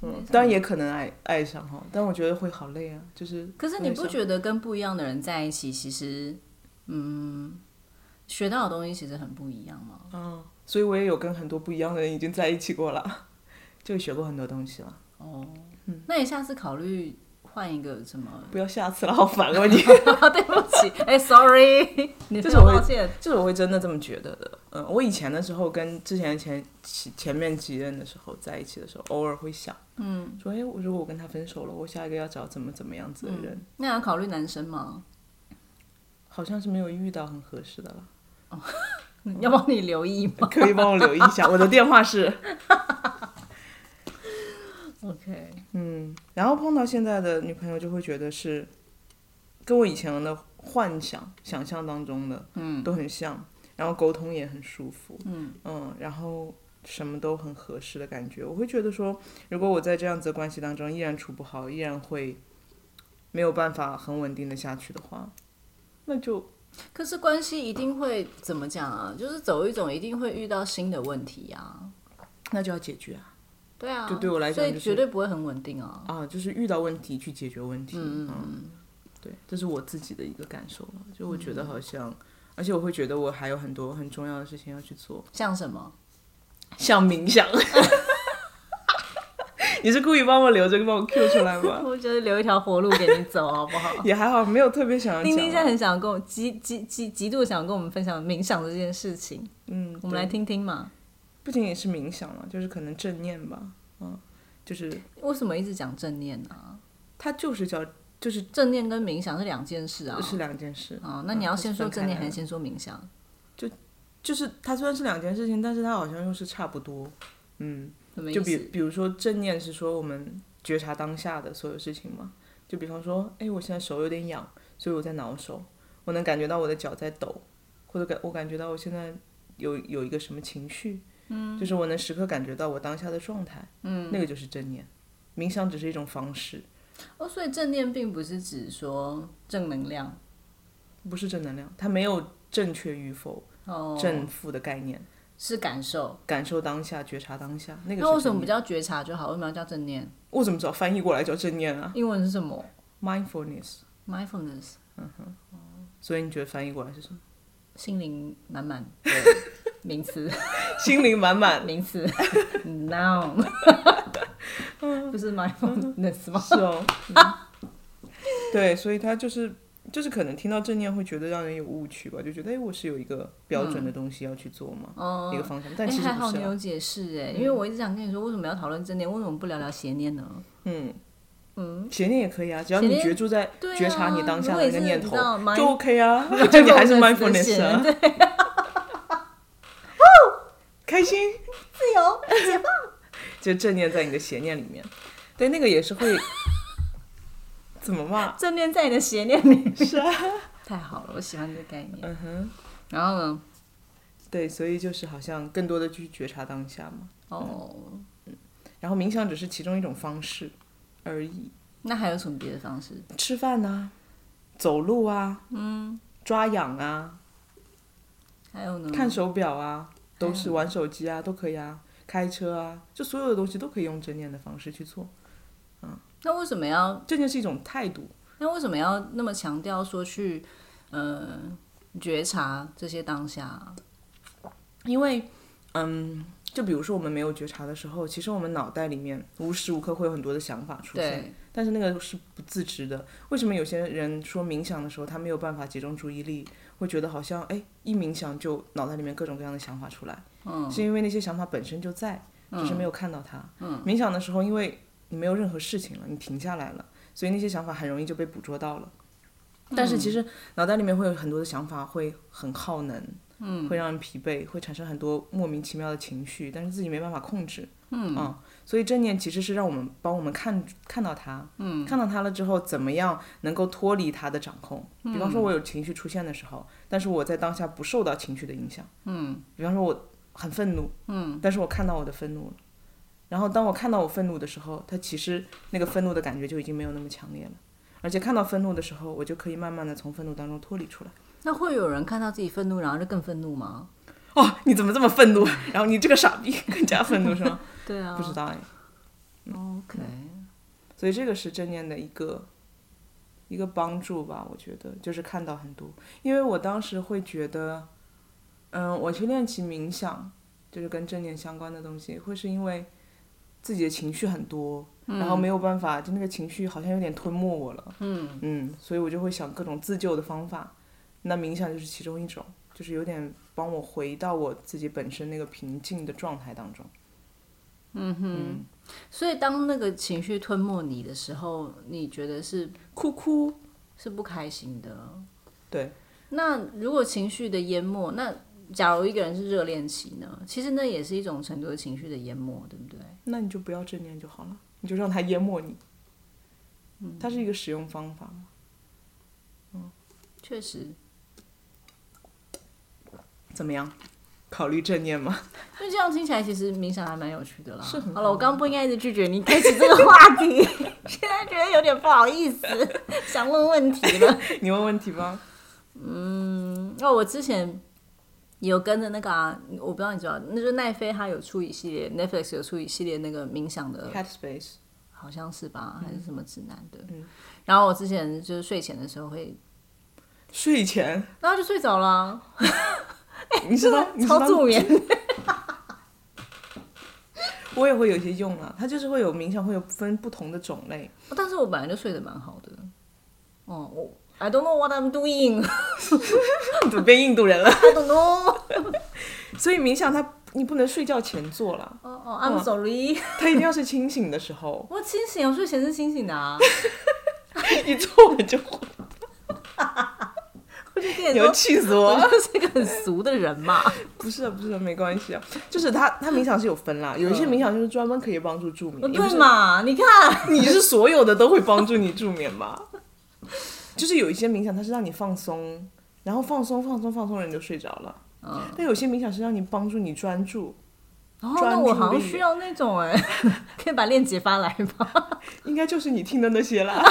[SPEAKER 1] 嗯，当然也可能爱爱上哈，但我觉得会好累啊，就是。
[SPEAKER 2] 可是你
[SPEAKER 1] 会
[SPEAKER 2] 不
[SPEAKER 1] 想
[SPEAKER 2] 觉得跟不一样的人在一起，其实嗯，学到的东西其实很不一样吗？
[SPEAKER 1] 嗯，所以我也有跟很多不一样的人已经在一起过了，就学过很多东西了。
[SPEAKER 2] 哦，那你下次考虑换一个什么？
[SPEAKER 1] 不要下次了，好烦哦你。
[SPEAKER 2] 对不起，哎、s o r r y 你
[SPEAKER 1] 这
[SPEAKER 2] 非
[SPEAKER 1] 是我
[SPEAKER 2] 常
[SPEAKER 1] 会
[SPEAKER 2] 抱歉。
[SPEAKER 1] 这是我会真的这么觉得的。嗯，我以前的时候跟之前前前前面几任的时候在一起的时候，偶尔会想，
[SPEAKER 2] 嗯，
[SPEAKER 1] 说，哎，我如果我跟他分手了，我下一个要找怎么怎么样子的人，
[SPEAKER 2] 嗯那有考虑男生吗？
[SPEAKER 1] 好像是没有遇到很合适的了。
[SPEAKER 2] 要帮你留意吗
[SPEAKER 1] 可以帮我留意一下，我的电话是，
[SPEAKER 2] ？OK，
[SPEAKER 1] 嗯，然后碰到现在的女朋友就会觉得是跟我以前的幻想、想象当中的，嗯，都很像，然后沟通也很舒服，嗯然后什么都很合适的感觉。我会觉得说，如果我在这样子的关系当中依然处不好，依然会没有办法很稳定的下去的话，那就
[SPEAKER 2] 可是关系一定会怎么讲啊？就是走一种一定会遇到新的问题呀、
[SPEAKER 1] 那就要解决啊
[SPEAKER 2] 对啊，
[SPEAKER 1] 就对我来讲
[SPEAKER 2] 所以
[SPEAKER 1] 就是
[SPEAKER 2] 绝对不会很稳定啊。
[SPEAKER 1] 啊，就是遇到问题去解决问题，嗯对，嗯这是我自己的一个感受了，就我觉得好像。而且我会觉得我还有很多很重要的事情要去做，
[SPEAKER 2] 像什么？
[SPEAKER 1] 像冥想。 你是故意帮我留着帮我 Q 出来吗？
[SPEAKER 2] 我觉得留一条活路给你走，好不好？
[SPEAKER 1] 也还好，没有特别想要
[SPEAKER 2] 丁丁
[SPEAKER 1] 讲
[SPEAKER 2] 现
[SPEAKER 1] 啊。
[SPEAKER 2] 在很想跟我极极极极度想跟我们分享冥想这件事情，
[SPEAKER 1] 嗯，
[SPEAKER 2] 我们来
[SPEAKER 1] 对，
[SPEAKER 2] 听听嘛。
[SPEAKER 1] 不仅仅是冥想了，就是可能正念吧，嗯，就是
[SPEAKER 2] 为什么一直讲正念呢、啊？
[SPEAKER 1] 它就是叫就是
[SPEAKER 2] 正念跟冥想是两件事啊。
[SPEAKER 1] 是两件事，
[SPEAKER 2] 哦，那你要
[SPEAKER 1] 嗯
[SPEAKER 2] 先说正
[SPEAKER 1] 它是
[SPEAKER 2] 念还是？
[SPEAKER 1] 分开来的
[SPEAKER 2] 先说冥想？
[SPEAKER 1] 就是它虽然是两件事情，但是它好像又是差不多，嗯。
[SPEAKER 2] 什么意
[SPEAKER 1] 就比
[SPEAKER 2] 思？
[SPEAKER 1] 比如说正念是说我们觉察当下的所有事情嘛，就比方说，哎，我现在手有点痒，所以我在挠手，我能感觉到我的脚在抖，或者感我感觉到我现在有有一个什么情绪，嗯，就是我能时刻感觉到我当下的状态，嗯，那个就是正念。冥想只是一种方式，
[SPEAKER 2] 哦，所以正念并不是指说正能量
[SPEAKER 1] 不是正能量，它没有正确与否、
[SPEAKER 2] 哦，
[SPEAKER 1] 正负的概念，
[SPEAKER 2] 是感受。
[SPEAKER 1] 感受当下、觉察当下，那个
[SPEAKER 2] 那为
[SPEAKER 1] 是
[SPEAKER 2] 什
[SPEAKER 1] 正
[SPEAKER 2] 么
[SPEAKER 1] 念。
[SPEAKER 2] 不叫觉察就好？为什么要叫正念？
[SPEAKER 1] 我怎么知道翻译过来叫正念啊
[SPEAKER 2] 英文是什么
[SPEAKER 1] ？mindfulness。
[SPEAKER 2] ？mindfulness，
[SPEAKER 1] 所以你觉得翻译过来是什么？
[SPEAKER 2] 心灵满满的 名词，
[SPEAKER 1] 心灵满 满，
[SPEAKER 2] 名词 noun，不是 mindfulness 吗？
[SPEAKER 1] 是哦，嗯、对，所以他就是就是可能听到正念会觉得让人有误区吧，就觉得哎，我是有一个标准的东西要去做嘛，
[SPEAKER 2] 嗯哦
[SPEAKER 1] 一个方向，
[SPEAKER 2] 哎，
[SPEAKER 1] 但其实
[SPEAKER 2] 还
[SPEAKER 1] 不
[SPEAKER 2] 好
[SPEAKER 1] 是
[SPEAKER 2] 你
[SPEAKER 1] 啊、
[SPEAKER 2] 有解释哎，因为我一直想跟你说，为什么要讨论正念，为什么不聊聊邪念呢？
[SPEAKER 1] 嗯，
[SPEAKER 2] 嗯，
[SPEAKER 1] 邪念也可以啊，只要
[SPEAKER 2] 邪
[SPEAKER 1] 你
[SPEAKER 2] 念
[SPEAKER 1] 觉住在
[SPEAKER 2] 对啊
[SPEAKER 1] 觉察你当下的那个念
[SPEAKER 2] 如
[SPEAKER 1] 头
[SPEAKER 2] 果你是你知道
[SPEAKER 1] 就
[SPEAKER 2] mind-
[SPEAKER 1] OK 啊， 就你还是
[SPEAKER 2] mindfulness 的
[SPEAKER 1] mindfulness 啊
[SPEAKER 2] 邪，
[SPEAKER 1] 开心，
[SPEAKER 2] 自由，
[SPEAKER 1] 就正念在你的邪念里面，对，那个也是 会怎么骂？
[SPEAKER 2] 正念在你的邪念里，
[SPEAKER 1] 是啊，
[SPEAKER 2] 太好了，我喜欢这个概念。
[SPEAKER 1] 嗯哼，
[SPEAKER 2] 然后呢？
[SPEAKER 1] 对，所以就是好像更多的去觉察当下嘛，
[SPEAKER 2] 哦，
[SPEAKER 1] 然后冥想只是其中一种方式而已。
[SPEAKER 2] 那还有什么别的方式？
[SPEAKER 1] 吃饭呐、走路啊，嗯，嗯抓痒啊，
[SPEAKER 2] 还有呢？
[SPEAKER 1] 哎看手表啊，都是玩手机啊，都可以啊。开车啊，就所有的东西都可以用正念的方式去做。
[SPEAKER 2] 那为什么要？
[SPEAKER 1] 正念是一种态度，
[SPEAKER 2] 那为什么要那么强调说去呃觉察这些当下啊？
[SPEAKER 1] 因为，嗯，就比如说我们没有觉察的时候，其实我们脑袋里面无时无刻会有很多的想法出现，
[SPEAKER 2] 对，
[SPEAKER 1] 但是那个是不自知的。为什么有些人说冥想的时候他没有办法集中注意力，会觉得好像哎一冥想就脑袋里面各种各样的想法出来？
[SPEAKER 2] 嗯，
[SPEAKER 1] 是因为那些想法本身就在，只是没有看到它。冥想的时候，因为你没有任何事情了，你停下来了，所以那些想法很容易就被捕捉到了。但是其实脑袋里面会有很多的想法，会很耗能，嗯，会让人疲惫，会产生很多莫名其妙的情绪，但是自己没办法控制，嗯所以正念其实是让我们帮我们看看到它，嗯，看到它了之后，怎么样能够脱离它的掌控？比方说，我有情绪出现的时候，但是我在当下不受到情绪的影响，嗯，比方说我很愤怒，嗯，但是我看到我的愤怒了。然后当我看到我愤怒的时候，它其实那个愤怒的感觉就已经没有那么强烈了，而且看到愤怒的时候，我就可以慢慢的从愤怒当中脱离出来。
[SPEAKER 2] 那会有人看到自己愤怒，然后就更愤怒吗？
[SPEAKER 1] 哦，你怎么这么愤怒？ 然后你这个傻逼，更加愤怒是吗？
[SPEAKER 2] 对啊
[SPEAKER 1] 不知道哎。
[SPEAKER 2] 哦，OK，
[SPEAKER 1] 所以这个是正念的一个一个帮助吧，我觉得就是看到很多，因为我当时会觉得，嗯，我去练习冥想，就是跟正念相关的东西，会是因为自己的情绪很多，然后没有办法，就那个情绪好像有点吞没我了，嗯所以我就会想各种自救的方法，那冥想就是其中一种，就是有点帮我回到我自己本身那个平静的状态当中。嗯
[SPEAKER 2] 所以当那个情绪吞没你的时候，你觉得是
[SPEAKER 1] 哭哭，
[SPEAKER 2] 是不开心的。
[SPEAKER 1] 对，
[SPEAKER 2] 那如果情绪的淹没，那假如一个人是热恋期呢？其实那也是一种程度的情绪的淹没，对不对？
[SPEAKER 1] 那你就不要正念就好了，你就让它淹没你。它是一个使用方法嘛。
[SPEAKER 2] 确实，
[SPEAKER 1] 怎么样？考虑正念吗？
[SPEAKER 2] 因为这样听起来，其实冥想还蛮有趣的啦。
[SPEAKER 1] 是很
[SPEAKER 2] 好了，我刚刚不应该一直拒绝你开启这个话题， 现在觉得有点不好意思，想问问题了。
[SPEAKER 1] 你问问题吧。
[SPEAKER 2] 那、嗯哦我之前有跟着那个啊，我不知道你知道，那就是奈飞他有出一系列，Netflix 有出一系列那个冥想的
[SPEAKER 1] Headspace，
[SPEAKER 2] 好像是吧，还是什么指南的。
[SPEAKER 1] 嗯
[SPEAKER 2] 然后我之前就是睡前的时候会，
[SPEAKER 1] 睡前，
[SPEAKER 2] 然后就睡着了啊，
[SPEAKER 1] 你知 道，啊你知
[SPEAKER 2] 超
[SPEAKER 1] 道，
[SPEAKER 2] 助眠。
[SPEAKER 1] 我也会有一些用啊。它就是会有冥想，会有分不同的种类。
[SPEAKER 2] 但是我本来就睡得蛮好的。哦，我 I don't know what I'm doing,
[SPEAKER 1] 你怎么变印度人了？
[SPEAKER 2] I don't know.
[SPEAKER 1] 所以冥想它，你不能睡觉前做了，
[SPEAKER 2] 哦哦，I'm
[SPEAKER 1] 嗯
[SPEAKER 2] sorry，
[SPEAKER 1] 它一定要是清醒的时候，
[SPEAKER 2] 我清醒，我睡前是清醒的啊。
[SPEAKER 1] 一做完就会。
[SPEAKER 2] 我就跟你
[SPEAKER 1] 你要
[SPEAKER 2] 说，
[SPEAKER 1] 气死我！
[SPEAKER 2] 我就是一个很俗的人 嘛。
[SPEAKER 1] 不是啊，不是啊，没关系啊。就是它，它冥想是有分啦，有一些冥想就是专门可以帮助助眠，也不
[SPEAKER 2] 哦对
[SPEAKER 1] 是
[SPEAKER 2] 嘛？你看，
[SPEAKER 1] 你是所有的都会帮助你助眠吧？ 就是有一些冥想，它是让你放松，然后放松、放松、放松，人就睡着了。
[SPEAKER 2] 嗯
[SPEAKER 1] 但有些冥想是让你帮助你专注，
[SPEAKER 2] 然后哦那
[SPEAKER 1] 专注
[SPEAKER 2] 我好像
[SPEAKER 1] 力
[SPEAKER 2] 需要那种哎、 可以把链接发来吗？
[SPEAKER 1] 应该就是你听的那些啦，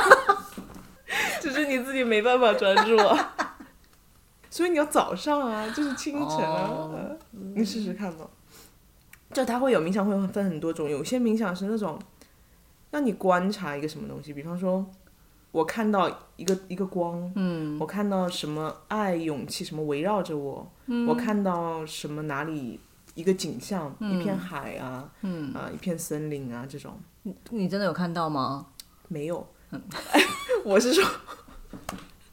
[SPEAKER 1] 只是你自己没办法专注啊。 所以你要早上啊，就是清晨啊，
[SPEAKER 2] 哦
[SPEAKER 1] 呃你试试看吧。就它会有冥想，会分很多种，有些冥想是那种让你观察一个什么东西，比方说，我看到一个一个光，
[SPEAKER 2] 嗯
[SPEAKER 1] 我看到什么爱、勇气什么围绕着我，我看到什么哪里一个景象，一片海啊，
[SPEAKER 2] 嗯，
[SPEAKER 1] 啊、一片森林啊，这种
[SPEAKER 2] 你真的有看到吗？
[SPEAKER 1] 没有。 我是说，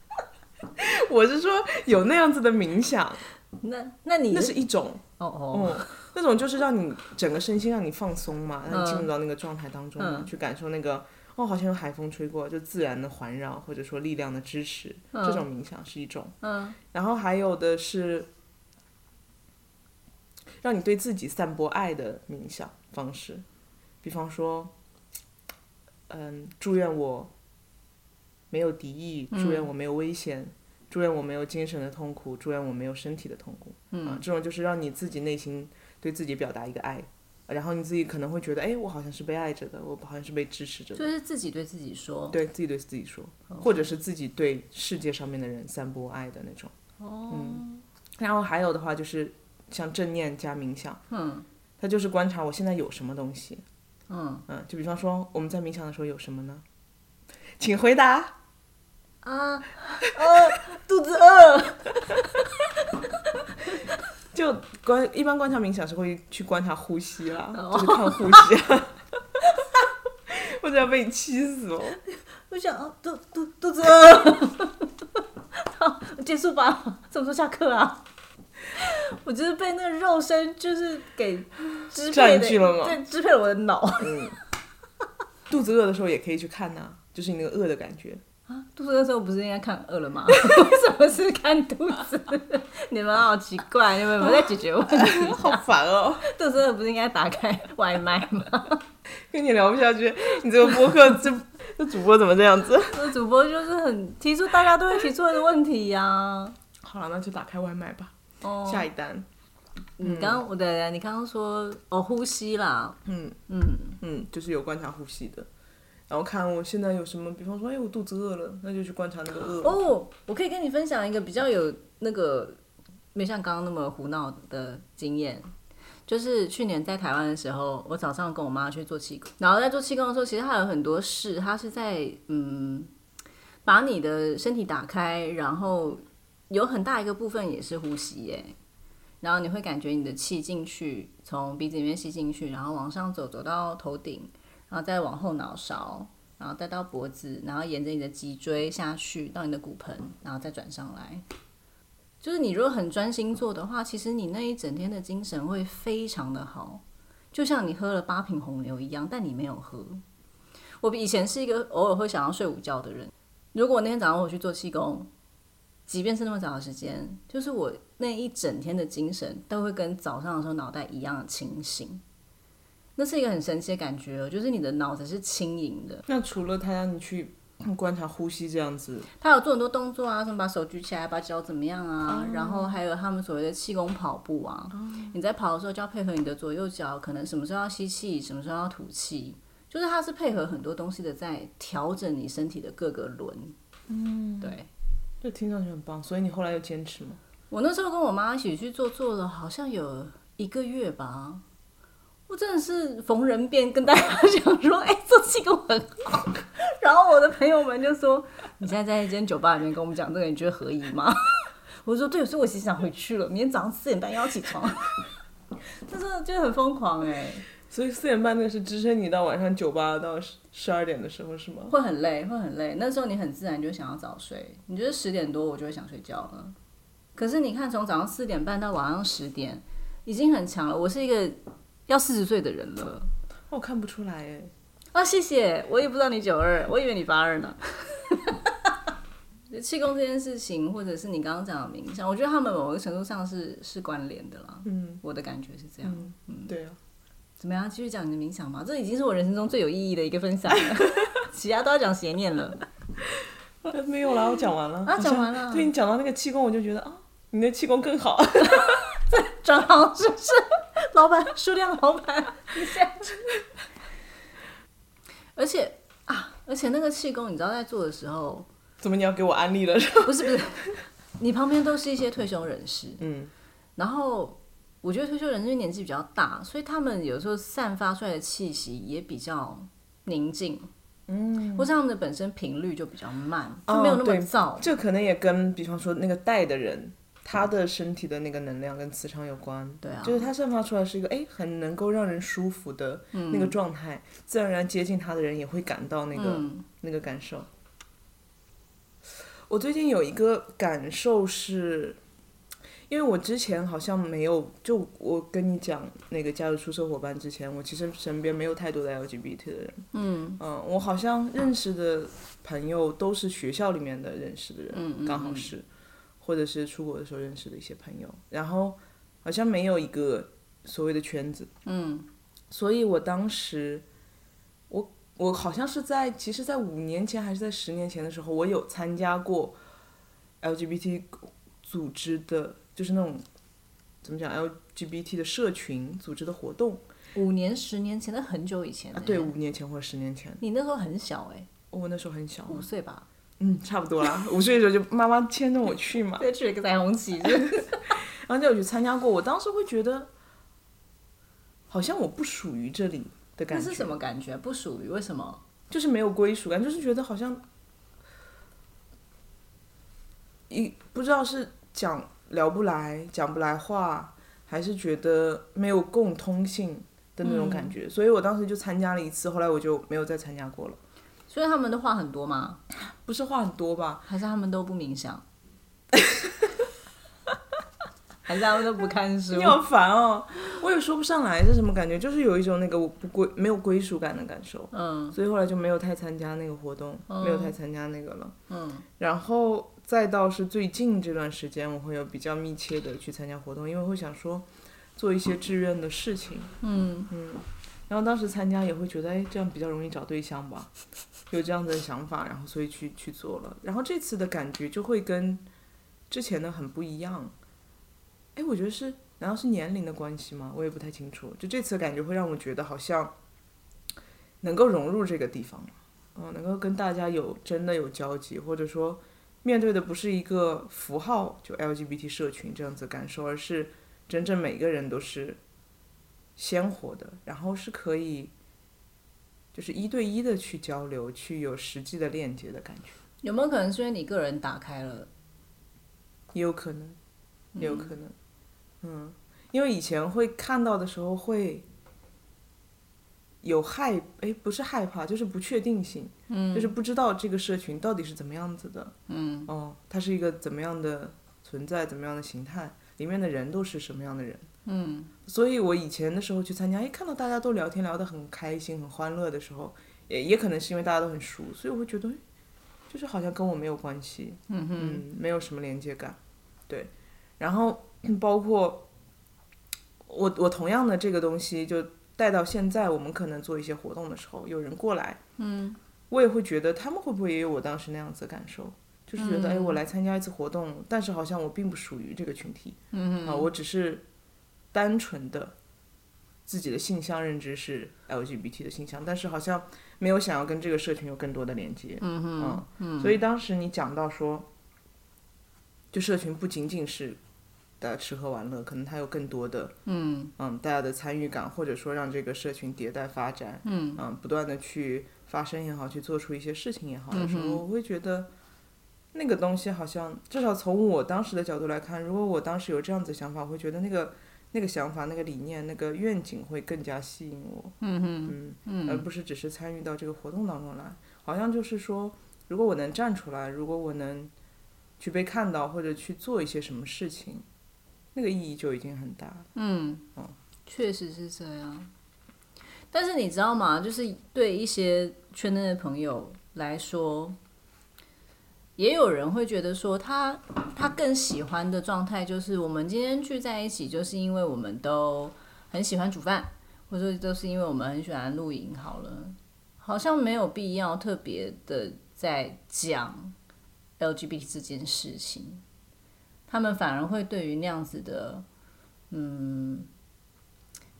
[SPEAKER 1] 我是说有那样子的冥想，
[SPEAKER 2] 那那你
[SPEAKER 1] 那是一种，
[SPEAKER 2] 哦哦，
[SPEAKER 1] 嗯，那种就是让你整个身心让你放松嘛，让你进入到那个状态当中嘛，
[SPEAKER 2] 嗯
[SPEAKER 1] 去感受那个。哦，好像有海风吹过，就自然的环绕，或者说力量的支持，这种冥想是一种。
[SPEAKER 2] 嗯，
[SPEAKER 1] 然后还有的是让你对自己散播爱的冥想方式，比方说，嗯，祝愿我没有敌意，
[SPEAKER 2] 嗯
[SPEAKER 1] 祝愿我没有危险，祝愿我没有精神的痛苦，祝愿我没有身体的痛苦。嗯、啊，这种就是让你自己内心对自己表达一个爱。然后你自己可能会觉得，哎，我好像是被爱着的，我好像是被支持着的。
[SPEAKER 2] 就是自己对自己说，
[SPEAKER 1] 对自己对自己说，或者是自己对世界上面的人散播爱的那种。哦、嗯，然后还有的话就是像正念加冥想，嗯，它他就是观察我现在有什么东西。
[SPEAKER 2] 嗯
[SPEAKER 1] 嗯，就比方说我们在冥想的时候有什么呢？请回答。
[SPEAKER 2] 啊，呃，肚子饿，
[SPEAKER 1] 就观一般观察冥想是会去观察呼吸啦，就是看呼吸 啊。我真要被你气死哦！
[SPEAKER 2] 我想啊，肚肚肚子饿。 好，结束吧，什么时候下课啊？ 我就是被那个肉身就是给支配
[SPEAKER 1] 占
[SPEAKER 2] 的，
[SPEAKER 1] 据了吗
[SPEAKER 2] 对，支配了我的脑
[SPEAKER 1] 嗯，肚子饿的时候也可以去看呐、就是你那个饿的感觉。
[SPEAKER 2] 啊。肚子饿的时候不是应该看饿了吗？ 为什么是看肚子？ 你们好奇怪，你们有没有在解决问题？
[SPEAKER 1] 好烦哦，
[SPEAKER 2] 肚子饿不是应该打开外卖吗？
[SPEAKER 1] 跟你聊不下去，你这个播 客这这主播怎么这样子？
[SPEAKER 2] 那 主播就是很提出大家都会提出的问题呀、
[SPEAKER 1] 好了，那就打开外卖吧，
[SPEAKER 2] 哦，
[SPEAKER 1] 下一单。
[SPEAKER 2] 你刚刚我的你刚刚说哦呼吸啦，
[SPEAKER 1] 嗯
[SPEAKER 2] 嗯。
[SPEAKER 1] 嗯，就是有观察呼吸的，然后看我现在有什么，比方说，哎，我肚子饿了，那就去观察那个饿。
[SPEAKER 2] 哦，我可以跟你分享一个比较有那个没像刚刚那么胡闹的经验，就是去年在台湾的时候，我早上跟我妈去做气功，然后在做气功的时候，其实它有很多事，它是在嗯，把你的身体打开，然后有很大一个部分也是呼吸耶。然后你会感觉你的气进去，从鼻子里面吸进去，然后往上走，走到头顶，然后再往后脑勺，然后再到脖子，然后沿着你的脊椎下去到你的骨盆，然后再转上来。就是你如果很专心做的话，其实你那一整天的精神会非常的好，就像你喝了八瓶红牛一样，但你没有喝。我以前是一个偶尔会想要睡午觉的人，如果那天早上我去做气功，即便是那么早的时间，就是我那一整天的精神都会跟早上的时候脑袋一样清醒。那是一个很神奇的感觉哦，就是你的脑子是轻盈的，
[SPEAKER 1] 那除了他让你去观察呼吸这样子，
[SPEAKER 2] 他有做很多动作啊，什么把手举起来，把脚怎么样啊，然后还有他们所谓的气功跑步啊。你在跑的时候就要配合你的左右脚，可能什么时候要吸气，什么时候要吐气，就是它是配合很多东西的，在调整你身体的各个轮。嗯，对
[SPEAKER 1] 这听上去很棒，所以你后来又坚持吗？
[SPEAKER 2] 我那时候跟我妈一起去做，做了好像有一个月吧。我真的是逢人便跟大家讲说，哎、做气功很 好。然后我的朋友们就说，你现在在一间酒吧里面跟我们讲这个，你觉得合宜吗？ 我说对，所以我其实想回去了，明天早上四点半又要起床。 这真的就很疯狂哎、
[SPEAKER 1] 所以四点半那个是支撑你到晚上九八到十二点的时候是吗？
[SPEAKER 2] 会很累，会很累。那时候你很自然就想要早睡，你觉得十点多我就会想睡觉了。可是你看，从早上四点半到晚上十点，已经很强了。我是一个要四十岁的人了哦
[SPEAKER 1] 我看不出来哎，
[SPEAKER 2] 啊！谢谢，我也不知道你九二，我以为你八二呢。 气功这件事情，或者是你刚刚讲的冥想，我觉得他们某个程度上是是关联的啦。
[SPEAKER 1] 嗯，
[SPEAKER 2] 我的感觉是这样。
[SPEAKER 1] 对啊，
[SPEAKER 2] 怎么样？继续讲你的冥想吧，这已经是我人生中最有意义的一个分享了， 其他都要讲邪念了。
[SPEAKER 1] 呃没有啦，我讲完了
[SPEAKER 2] 啊，讲完了。
[SPEAKER 1] 对你讲到那个气功，我就觉得啊，你的气功更好，
[SPEAKER 2] 转行是不是？老板，数量老 板，你先。而且啊，而且那个气功，你知道在做的时候，
[SPEAKER 1] 怎么你要给我安利了？
[SPEAKER 2] 不是不是，你旁边都是一些退休人士，
[SPEAKER 1] 嗯，
[SPEAKER 2] 然后我觉得退休人士因为年纪比较大，所以他们有时候散发出来的气息也比较宁静，嗯，或者他们的本身频率就比较慢，就没有那
[SPEAKER 1] 哦
[SPEAKER 2] 么
[SPEAKER 1] 对
[SPEAKER 2] 燥。
[SPEAKER 1] 这可能也跟比方说那个带的人，他的身体的那个能量跟磁场有关。
[SPEAKER 2] 对啊
[SPEAKER 1] 就是他散发出来是一个哎很能够让人舒服的
[SPEAKER 2] 嗯
[SPEAKER 1] 那个状态，自然而然接近他的人也会感到那个、
[SPEAKER 2] 嗯
[SPEAKER 1] 那个感受。我最近有一个感受是，因为我之前好像没有，就我跟你讲那个加入出售伙伴之前，我其实身边没有太多的 LGBT 的人。
[SPEAKER 2] 嗯
[SPEAKER 1] 嗯，我好像认识的朋友都是学校里面的认识的人，
[SPEAKER 2] 嗯嗯
[SPEAKER 1] 刚好是，或者是出国的时候认识的一些朋友，然后好像没有一个所谓的圈子，
[SPEAKER 2] 嗯
[SPEAKER 1] 所以我当时，我我好像是在，其实，在五年前还是在十年前的时候，我有参加过 LGBT 组织的，就是那种怎么讲 LGBT 的社群组织的活动
[SPEAKER 2] 五年、十年前，那很久以前、
[SPEAKER 1] 啊，对，，五年前或者十年前，
[SPEAKER 2] 你那时候很小哎、
[SPEAKER 1] 哦我那时候很小，
[SPEAKER 2] 五岁吧。
[SPEAKER 1] 嗯，差不多啦。五岁的时候就妈妈牵着我去嘛，
[SPEAKER 2] 再去了一个彩虹旗，
[SPEAKER 1] 然后就有去参加过。我当时会觉得，好像我不属于这里的感
[SPEAKER 2] 那
[SPEAKER 1] 觉。
[SPEAKER 2] 是什么感觉？不属于为什么？
[SPEAKER 1] 就是没有归属感，就是觉得好像，一不知道是讲聊不来、讲不来话，还是觉得没有共通性的那种感觉。所以我当时就参加了一次，后来我就没有再参加过了。
[SPEAKER 2] 所以他们的话很多吗？
[SPEAKER 1] 不是话很多吧？
[SPEAKER 2] 还是他们都不冥想？ 还是他们都不看书
[SPEAKER 1] 你？好烦哦，我也说不上来是什么感觉，就是有一种那个我不归没有归属感的感受。
[SPEAKER 2] 嗯
[SPEAKER 1] 所以后来就没有太参加那个活动，没有太参加那个了。
[SPEAKER 2] 嗯，
[SPEAKER 1] 然后再到是最近这段时间，我会有比较密切的去参加活动，因为会想说做一些志愿的事情。
[SPEAKER 2] 嗯，
[SPEAKER 1] 然后当时参加也会觉得，哎，这样比较容易找对象吧，有这样子的想法，然后所以去去做了。然后这次的感觉就会跟之前的很不一样。哎，我觉得是，难道是年龄的关系吗？我也不太清楚。就这次的感觉会让我觉得好像能够融入这个地方了，嗯，能够跟大家有真的有交集，或者说面对的不是一个符号，就 LGBT 社群这样子的感受，而是真正每个人都是鲜活的，然后是可以就是一对一的去交流，去有实际的链接的感觉，
[SPEAKER 2] 有没有可能是因为你个人打开了？
[SPEAKER 1] 也有可能，也有可能，嗯因为以前会看到的时候会有害，哎，不是害怕，就是不确定性，嗯，就是不知道这个社群到底是怎么样子的，嗯，哦，它是一个怎么样的存在，怎么样的形态，里面的人都是什么样的人。嗯所以我以前的时候去参加，哎，看到大家都聊天聊得很开心、很欢乐的时候，也也可能是因为大家都很熟，所以我会觉得，哎就是好像跟我没有关系，嗯没有什么连接感，对。然后 嗯包括我，我同样的这个东西，就带到现在，我们可能做一些活动的时候，有人过来，嗯，我也会觉得他们会不会也有我当时那样子的感受，就是觉得，哎，我来参加一次活动，但是好像我并不属于这个群体，嗯啊，我只是单纯的自己的性向认知是 LGBT 的性向，但是好像没有想要跟这个社群有更多的连接。嗯哼，嗯，所以当时你讲到说，就社群不仅仅是大家吃喝玩乐，可能它有更多的嗯嗯大家的参与感，或者说让这个社群迭代发展，嗯不断的去发声也好，去做出一些事情也好的时候，我会觉得。那个东西好像，至少从我当时的角度来看，如果我当时有这样子的想法，我会觉得那个那个想法、那个理念、那个愿景会更加吸引我。嗯嗯而不是只是参与到这个活动当中来。好像就是说，如果我能站出来，如果我能去被看到或者去做一些什么事情，那个意义就已经很大了。
[SPEAKER 2] 嗯
[SPEAKER 1] 哦，
[SPEAKER 2] 确实是这样。但是你知道吗？就是对一些圈内的朋友来说，也有人会觉得说他，他更喜欢的状态就是我们今天聚在一起，就是因为我们都很喜欢煮饭，或者说都是因为我们很喜欢露营。好了，好像没有必要特别的在讲 LGBT 这件事情，他们反而会对于那样子的。嗯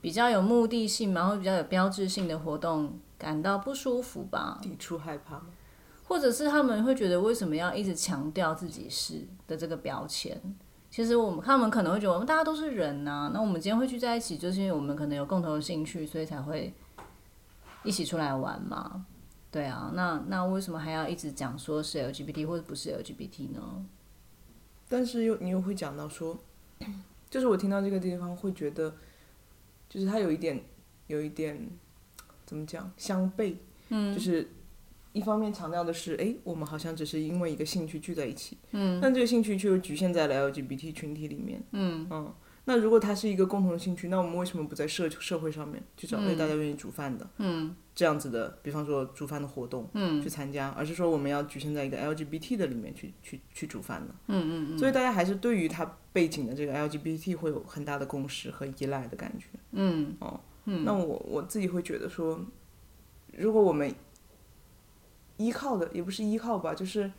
[SPEAKER 2] 比较有目的性嘛，或比较有标志性的活动感到不舒服吧，
[SPEAKER 1] 抵触害怕吗？
[SPEAKER 2] 或者是他们会觉得为什么要一直强调自己是的这个标签？其实我们他们可能会觉得我们大家都是人呐、那我们今天会聚在一起，就是因为我们可能有共同的兴趣，所以才会一起出来玩嘛。对啊，那那为什么还要一直讲说是 LGBT 或者不是 LGBT 呢？
[SPEAKER 1] 但是又你又会讲到说， 就是我听到这个地方会觉得，就是它有一点，有一点怎么讲相悖，嗯，就是一方面强调的是，哎，我们好像只是因为一个兴趣聚在一起，嗯，但这个兴趣却又局限在了 LGBT 群体里面，嗯那如果它是一个共同的兴趣，那我们为什么不在社社会上面去找为大家愿意煮饭的，嗯，这样子的，比方说煮饭的活动，嗯，去参加，而是说我们要局限在一个 LGBT 的里面去去去煮饭呢？所以大家还是对于它背景的这个 LGBT 会有很大的共识和依赖的感觉。嗯，哦，那我我自己会觉得说，如果我们依靠的也不是依靠吧，就是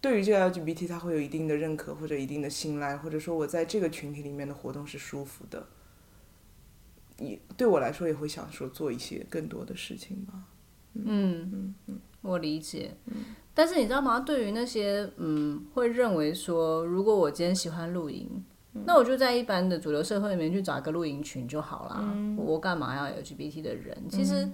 [SPEAKER 1] 对于这个 LGBT 它会有一定的认可或者一定的信赖，或者说我在这个群体里面的活动是舒服的，也对我来说也会想说做一些更多的事情吧。
[SPEAKER 2] 嗯我理解，嗯但是你知道吗？对于那些嗯，会认为说，如果我今天喜欢露营，那我就在一般的主流社会里面去找一个露营群就好啦。我干嘛要 LGBT 的人？其实、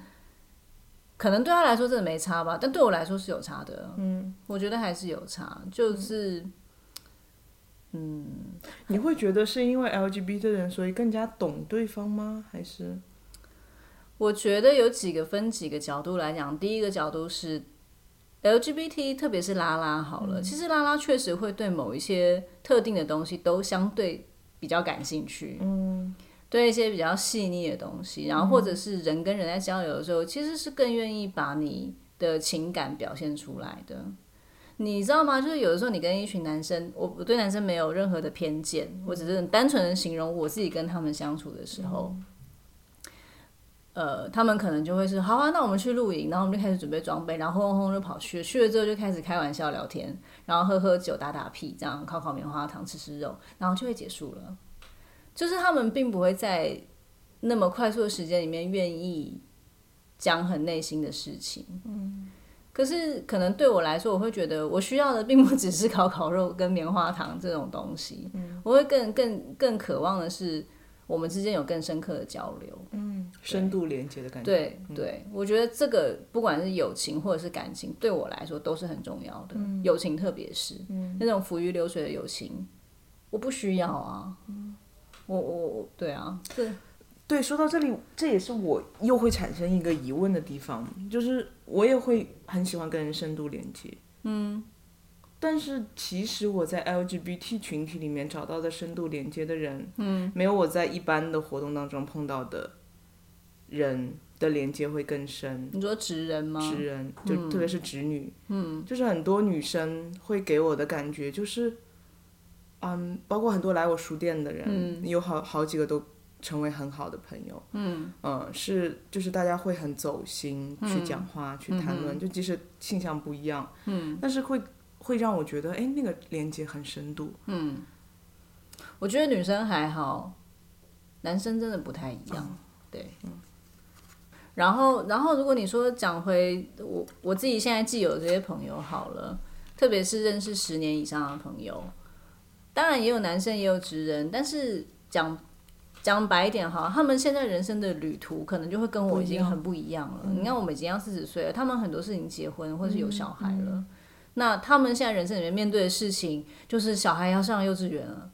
[SPEAKER 2] 可能对他来说真的没差吧，但对我来说是有差的。嗯，我觉得还是有差，就是
[SPEAKER 1] 你会觉得是因为 LGBT 的人，所以更加懂对方吗？还是
[SPEAKER 2] 我觉得有几个分几个角度来讲，第一个角度是 LGBT，特别是拉拉好了，其实拉拉确实会对某一些特定的东西都相对比较感兴趣，嗯，对一些比较细腻的东西，然后或者是人跟人在交流的时候，其实是更愿意把你的情感表现出来的。你知道吗？就是有的时候你跟一群男生，我我对男生没有任何的偏见，我只是很单纯的形容我自己跟他们相处的时候，呃，他们可能就会是好啊，那我们去露营，然后我们就开始准备装备，然后轰轰就跑去了，去了之后就开始开玩笑聊天，然后喝喝酒、打打屁，这样烤烤棉花糖、吃吃肉，然后就会结束了。就是他们并不会在那么快速的时间里面愿意讲很内心的事情。嗯，可是可能对我来说，我会觉得我需要的并不只是烤烤肉跟棉花糖这种东西，嗯、我会更更更渴望的是我们之间有更深刻的交流。
[SPEAKER 1] 深度连接的感觉？嗯
[SPEAKER 2] 对对，我觉得这个不管是友情或者是感情，对我来说都是很重要的。
[SPEAKER 1] 嗯
[SPEAKER 2] 友情特别是、那种浮于流水的友情，我不需要啊。我我我，对啊，对，
[SPEAKER 1] 嗯对，说到这里，这也是我又会产生一个疑问的地方，就是我也会很喜欢跟人深度连接，嗯，但是其实我在 LGBT 群体里面找到的深度连接的人，嗯，没有我在一般的活动当中碰到的人的连接会更深，
[SPEAKER 2] 你说直人吗？
[SPEAKER 1] 直人，就特别是直女，嗯，就是很多女生会给我的感觉就是，嗯，包括很多来我书店的人，有好好几个都成为很好的朋友，嗯，是就是大家会很走心去讲话、去谈论，就即使倾向不一样，嗯，但是会会让我觉得，哎，那个连接很深度，
[SPEAKER 2] 我觉得女生还好，男生真的不太一
[SPEAKER 1] 嗯
[SPEAKER 2] 样。对，然后，然后，如果你说讲回我我自己现在既有的这些朋友好了，特别是认识十年以上的朋友，当然也有男生也有直人，但是讲讲白一点哈，他们现在人生的旅途可能就会跟我已经很不一样了。你看，我们已经要四十岁了，他们很多事情结婚或是有小孩了，那他们现在人生里面面对的事情就是小孩要上幼稚园了。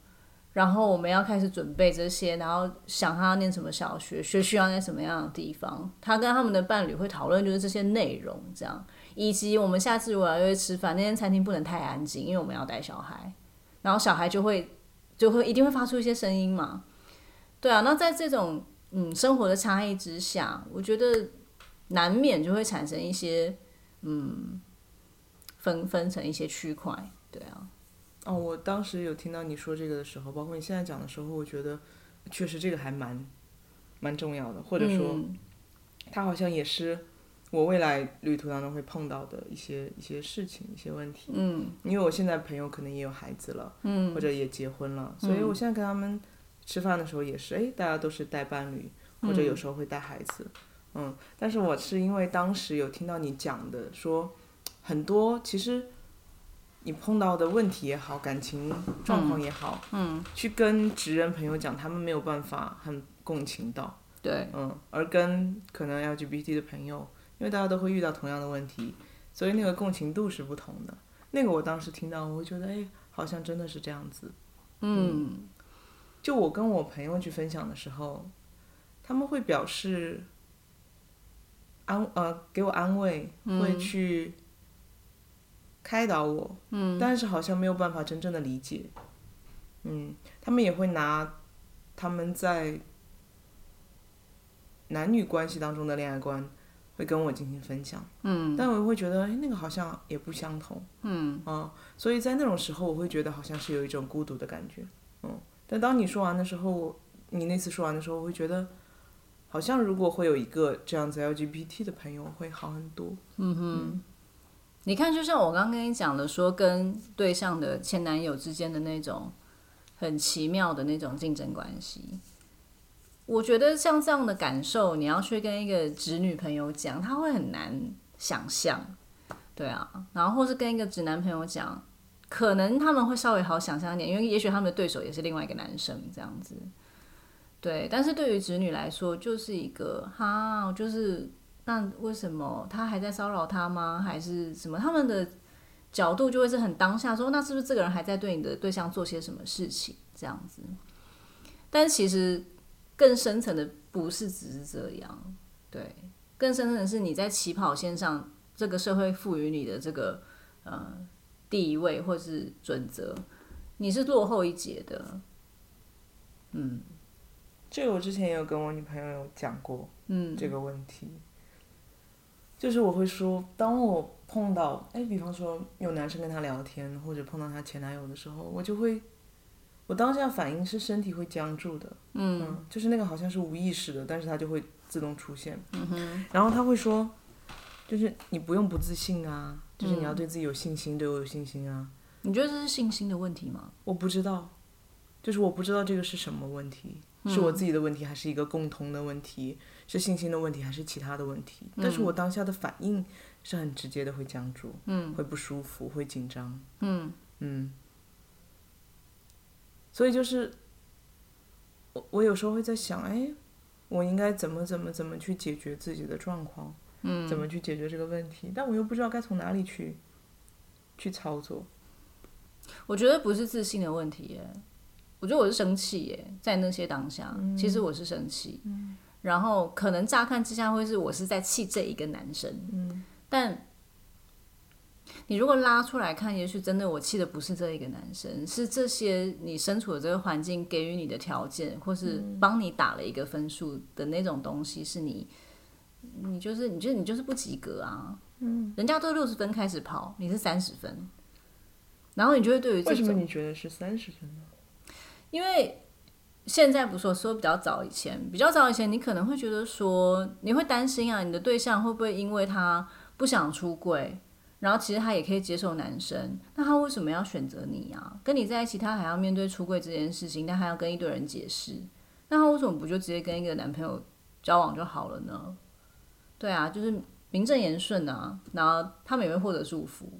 [SPEAKER 2] 然后我们要开始准备这些，然后想他要念什么小学，学区要在什么样的地方。他跟他们的伴侣会讨论就是这些内容，这样，以及我们下次如果要约吃饭，那间餐厅不能太安静，因为我们要带小孩，然后小孩就会就会一定会发出一些声音嘛。对啊，那在这种嗯生活的差异之下，我觉得难免就会产生一些嗯分分成一些区块，对啊。
[SPEAKER 1] 哦，我当时有听到你说这个的时候，包括你现在讲的时候，我觉得确实这个还蛮蛮重要的，或者说，
[SPEAKER 2] 嗯
[SPEAKER 1] 它好像也是我未来旅途当中会碰到的一些一些事情、一些问题。嗯，因为我现在朋友可能也有孩子了，嗯，或者也结婚了，所以我现在跟他们吃饭的时候也是，哎，大家都是带伴侣，或者有时候会带孩子。嗯，但是我是因为当时有听到你讲的说，很多其实你碰到的问题也好，感情状况也好，嗯，去跟直人朋友讲，他们没有办法很共情到，
[SPEAKER 2] 对，
[SPEAKER 1] 嗯，而跟可能 LGBT 的朋友，因为大家都会遇到同样的问题，所以那个共情度是不同的。那个我当时听到，我会觉得，哎，好像真的是这样子。
[SPEAKER 2] 嗯
[SPEAKER 1] 就我跟我朋友去分享的时候，他们会表示安呃给我安慰，
[SPEAKER 2] 嗯
[SPEAKER 1] 会去开导我，嗯，但是好像没有办法真正的理解，嗯，他们也会拿他们在男女关系当中的恋爱观会跟我进行分享，嗯，但我会觉得哎那个好像也不相同，嗯，啊，所以在那种时候我会觉得好像是有一种孤独的感觉，嗯，但当你说完的时候，你那次说完的时候，我会觉得。好像如果会有一个这样子 LGBT 的朋友会好很多，
[SPEAKER 2] 你看，就像我刚刚跟你讲的说，跟对象的前男友之间的那种很奇妙的那种竞争关系，我觉得像这样的感受，你要去跟一个直女朋友讲，他会很难想象，对啊，然后或是跟一个直男朋友讲，可能他们会稍微好想象一点，因为也许他们的对手也是另外一个男生这样子。对，但是对于直女来说，就是一个哈，就是那为什么他还在骚扰他吗？还是什么？他们的角度就会是很当下说，那是不是这个人还在对你的对象做些什么事情这样子？但其实更深层的不是只是这样，对，更深层的是你在起跑线上，这个社会赋予你的这个呃地位或是准则，你是落后一截的，嗯。
[SPEAKER 1] 这个我之前也有跟我女朋友有讲过，嗯，这个问题，就是我会说，当我碰到，哎，比方说有男生跟她聊天，或者碰到她前男友的时候，我就会，我当下反应是身体会僵住的，嗯就是那个好像是无意识的，但是它就会自动出现，嗯、然后他会说，就是你不用不自信啊，就是你要对自己有信心，对我有信心啊，
[SPEAKER 2] 你觉得这是信心的问题吗？
[SPEAKER 1] 我不知道，就是我不知道这个是什么问题，是
[SPEAKER 2] 嗯
[SPEAKER 1] 我自己的问题，还是一个共同的问题，是信心的问题，还是其他的问题？但是我当下的反应是很直接的，会僵住，嗯，会不舒服，会紧张，
[SPEAKER 2] 嗯
[SPEAKER 1] 嗯。所以就是，我我有时候会在想，哎，我应该怎么怎么怎么去解决自己的状况，嗯，怎么去解决这个问题？但我又不知道该从哪里去去操作。
[SPEAKER 2] 我觉得不是自信的问题耶，我觉得我是生气耶，在那些当下，
[SPEAKER 1] 嗯
[SPEAKER 2] 其实我是生气，然后可能乍看之下会是我是在气这一个男生，
[SPEAKER 1] 嗯
[SPEAKER 2] 但你如果拉出来看，也许真的我气的不是这一个男生，是这些你身处的这个环境给予你的条件，或是
[SPEAKER 1] 嗯
[SPEAKER 2] 帮你打了一个分数的那种东西，是你，你就是你觉得你就是不及格啊，嗯，人家都六十分开始跑，你是三十分。然后你就会对于这
[SPEAKER 1] 为什
[SPEAKER 2] 种
[SPEAKER 1] 么你觉得是三十分呢？
[SPEAKER 2] 因为现在不是我说比较早以前，比较早以前你可能会觉得说，你会担心啊，你的对象会不会因为他不想出柜，然后其实他也可以接受男生，那他为什么要选择你啊？跟你在一起，他还要面对出柜这件事情，但还要跟一堆人解释，那他为什么不就直接跟一个男朋友交往就好了呢？对啊，就是名正言顺啊，然后他们也会获得祝福，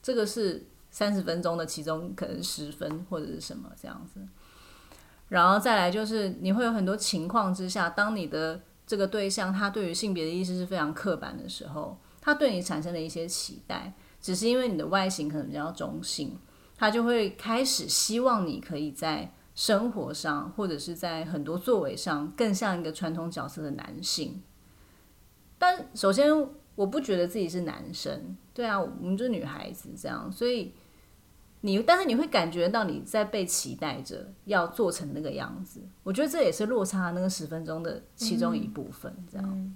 [SPEAKER 2] 这个是三十分钟的其中可能十分或者是什么这样子。然后再来就是你会有很多情况之下，当你的这个对象他对于性别的意识是非常刻板的时候，他对你产生了一些期待，只是因为你的外形可能比较中性，他就会开始希望你可以在生活上或者是在很多作为上更像一个传统角色的男性。但首先，我不觉得自己是男生，对啊，我们就是女孩子这样，所以你，但是你会感觉到你在被期待着要做成那个样子。我觉得这也是落差那个十分钟的其中一部分，这样。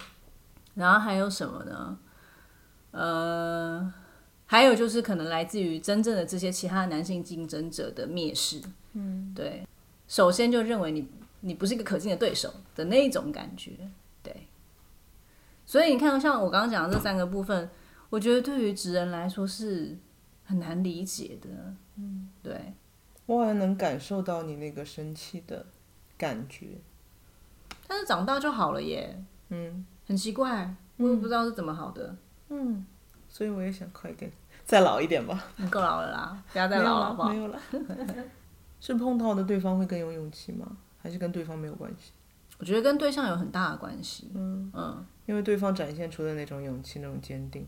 [SPEAKER 2] 然后还有什么呢？呃，还有就是可能来自于真正的这些其他男性竞争者的蔑视，嗯，对。首先就认为你你不是一个可敬的对手的那一种感觉，对。所以你看，像我刚刚讲的这三个部分，我觉得对于直人来说是很难理解的，嗯，对。
[SPEAKER 1] 我好像能感受到你那个生气的感觉。
[SPEAKER 2] 但是长大就好了耶，嗯，很奇怪，我也不知道是怎么好的。
[SPEAKER 1] 嗯所以我也想快一点，再老一点吧。
[SPEAKER 2] 你够老了啦，不要 再
[SPEAKER 1] 没有
[SPEAKER 2] 老了好
[SPEAKER 1] 了，
[SPEAKER 2] 不好
[SPEAKER 1] 没？有了。 是碰到的对方会更有勇气吗？还是跟对方没有关系？
[SPEAKER 2] 我觉得跟对象有很大的关系，
[SPEAKER 1] 因为对方展现出的那种勇气、那种坚定，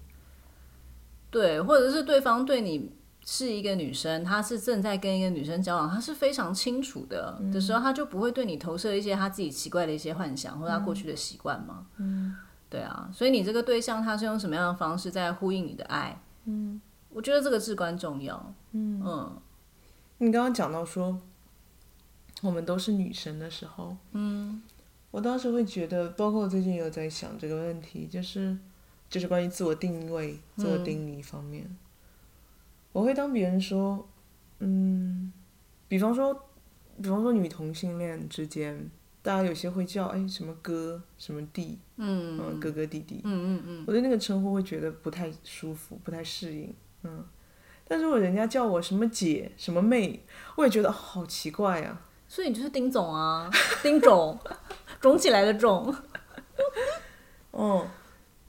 [SPEAKER 2] 对，或者是对方对你是一个女生，她是正在跟一个女生交往，她是非常清楚的、的时候，她就不会对你投射一些她自己奇怪的一些幻想或者她过去的习惯嘛。嗯，对啊，所以你这个对象他是用什么样的方式在呼应你的爱？嗯，我觉得这个至关重要。嗯
[SPEAKER 1] 你刚刚讲到说，我们都是女生的时候，嗯，我当时会觉得，包括我最近也有在想这个问题，就是就是关于自我定位、自
[SPEAKER 2] 嗯
[SPEAKER 1] 我定义方面，我会当别人说，嗯，比方说，比方说女同性恋之间，大家有些会叫哎什么哥什么弟，
[SPEAKER 2] 嗯
[SPEAKER 1] 嗯，哥哥弟弟，
[SPEAKER 2] 嗯嗯嗯，
[SPEAKER 1] 我对那个称呼会觉得不太舒服，不太适应，嗯。但是我人家叫我什么姐、什么妹，我也觉得哦好奇怪呀、
[SPEAKER 2] 所以你就是丁总啊， 丁总，肿起来的肿。
[SPEAKER 1] 嗯，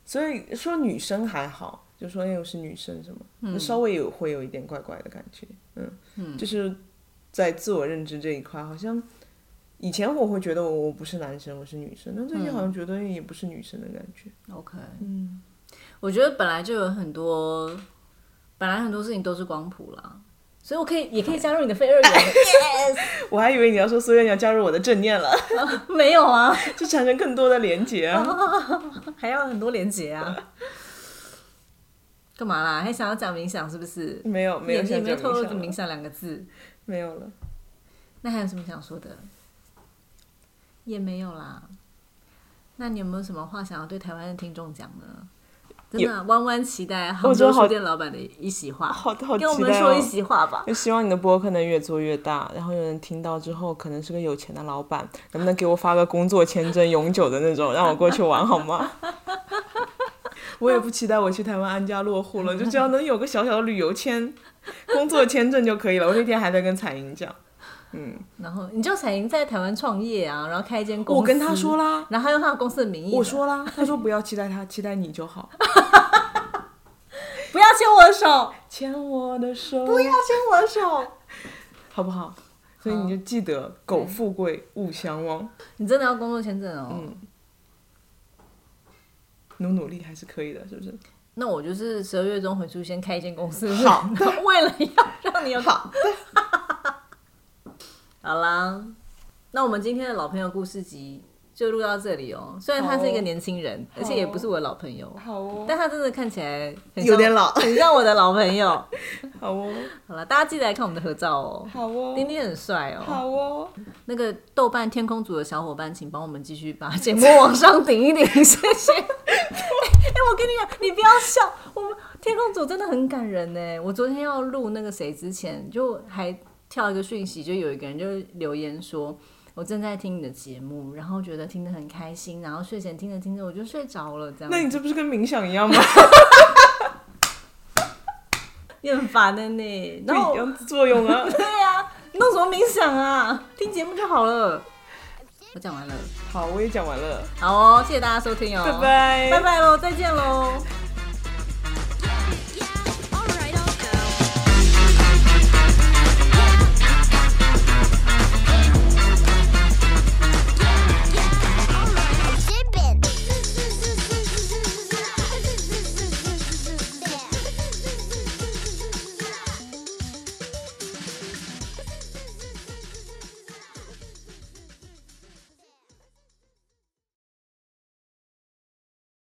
[SPEAKER 1] 所以说女生还好，就说哎我是女生
[SPEAKER 2] 嗯
[SPEAKER 1] 什么，那稍微有会有一点怪怪的感觉，嗯，就是在自我认知这一块，好像以前我会觉得我我不是男生，我是女生，但最近好像觉得也不是女生的感觉，
[SPEAKER 2] OK，
[SPEAKER 1] 嗯，
[SPEAKER 2] 我觉得本来就有很多，本来很多事情都是光谱啦，所以我可以也可以加入你的非二 元。
[SPEAKER 1] 我还以为你要说苏月你要加入我的正念了，
[SPEAKER 2] 没有啊，
[SPEAKER 1] 就产生更多的连结啊。
[SPEAKER 2] 还要很多连结啊。干嘛啦？还想要讲冥想是不是？
[SPEAKER 1] 没有，没有
[SPEAKER 2] 眼睛
[SPEAKER 1] 想
[SPEAKER 2] 里面
[SPEAKER 1] 讲
[SPEAKER 2] 透
[SPEAKER 1] 冥
[SPEAKER 2] 露着
[SPEAKER 1] 想了
[SPEAKER 2] 冥想啊两个字，
[SPEAKER 1] 没有了。
[SPEAKER 2] 那还有什么想说的？也没有啦。那你有没有什么话想要对台湾的听众讲呢？真的啊、弯弯期待杭
[SPEAKER 1] 我觉
[SPEAKER 2] 州
[SPEAKER 1] 得好
[SPEAKER 2] 书店老板的一席话，
[SPEAKER 1] 好好
[SPEAKER 2] 跟我
[SPEAKER 1] 期
[SPEAKER 2] 们
[SPEAKER 1] 待
[SPEAKER 2] 说
[SPEAKER 1] 哦
[SPEAKER 2] 一席话吧。
[SPEAKER 1] 就希望你的播客能越做越大，然后有人听到之后，可能是个有钱的老板，能不能给我发个工作签证，永久的那种，让我过去玩好吗？ 我也不期待我去台湾安家落户了，就只要能有个小小的旅游签、工作签证就可以了。我那天还在跟彩英讲，
[SPEAKER 2] 然后你就彩莹在台湾创业啊，然后开一间公
[SPEAKER 1] 哦
[SPEAKER 2] 司。
[SPEAKER 1] 我跟她说啦，
[SPEAKER 2] 然后他用他的公司的名义呢，
[SPEAKER 1] 我说啦，她说不要期待他，期待你就好。
[SPEAKER 2] 不要牵我的手，
[SPEAKER 1] 牵我的手，
[SPEAKER 2] 不要牵我的手。
[SPEAKER 1] 好不好？所以你就记得“苟富贵，勿相忘
[SPEAKER 2] 你真的要工作签证哦？”。
[SPEAKER 1] 嗯努努力还是可以的，是不是？
[SPEAKER 2] 那我就是十二月中回去先开一间公司，
[SPEAKER 1] 好，
[SPEAKER 2] 为了要让你有好，好啦，那我们今天的老朋友故事集就录到这里哦。虽然他是一个年轻人，而且也不是我的老朋友，
[SPEAKER 1] 好哦，
[SPEAKER 2] 但他真的看起来很像
[SPEAKER 1] 有点，老，
[SPEAKER 2] 很像我的老 朋友。
[SPEAKER 1] 好哦，
[SPEAKER 2] 好了，大家记得来看我们的合照哦。
[SPEAKER 1] 好哦，
[SPEAKER 2] 丁丁很帅哦，
[SPEAKER 1] 好哦，
[SPEAKER 2] 那个豆瓣天空组的小伙伴，请帮我们继续把节目往上顶一顶，谢谢。 哎、我跟你讲，你不要笑，我们天空组真的很感人呢。我昨天要录那个谁之前，就还跳一个讯息，就有一个人就留言说。我正在听你的节目，然后觉得听得很开心，然后睡前听着听着我就睡着了，这样
[SPEAKER 1] 那 你这不是跟冥想一样吗？
[SPEAKER 2] 你很烦的呢。 然
[SPEAKER 1] 不
[SPEAKER 2] 后
[SPEAKER 1] 一样作用啊。
[SPEAKER 2] 对啊，你弄什么冥想啊？听节目就好了。我讲完了，
[SPEAKER 1] 好，我也讲完了，
[SPEAKER 2] 好哦，谢谢大家收听哦，
[SPEAKER 1] 拜拜，
[SPEAKER 2] 拜拜喽，再见喽。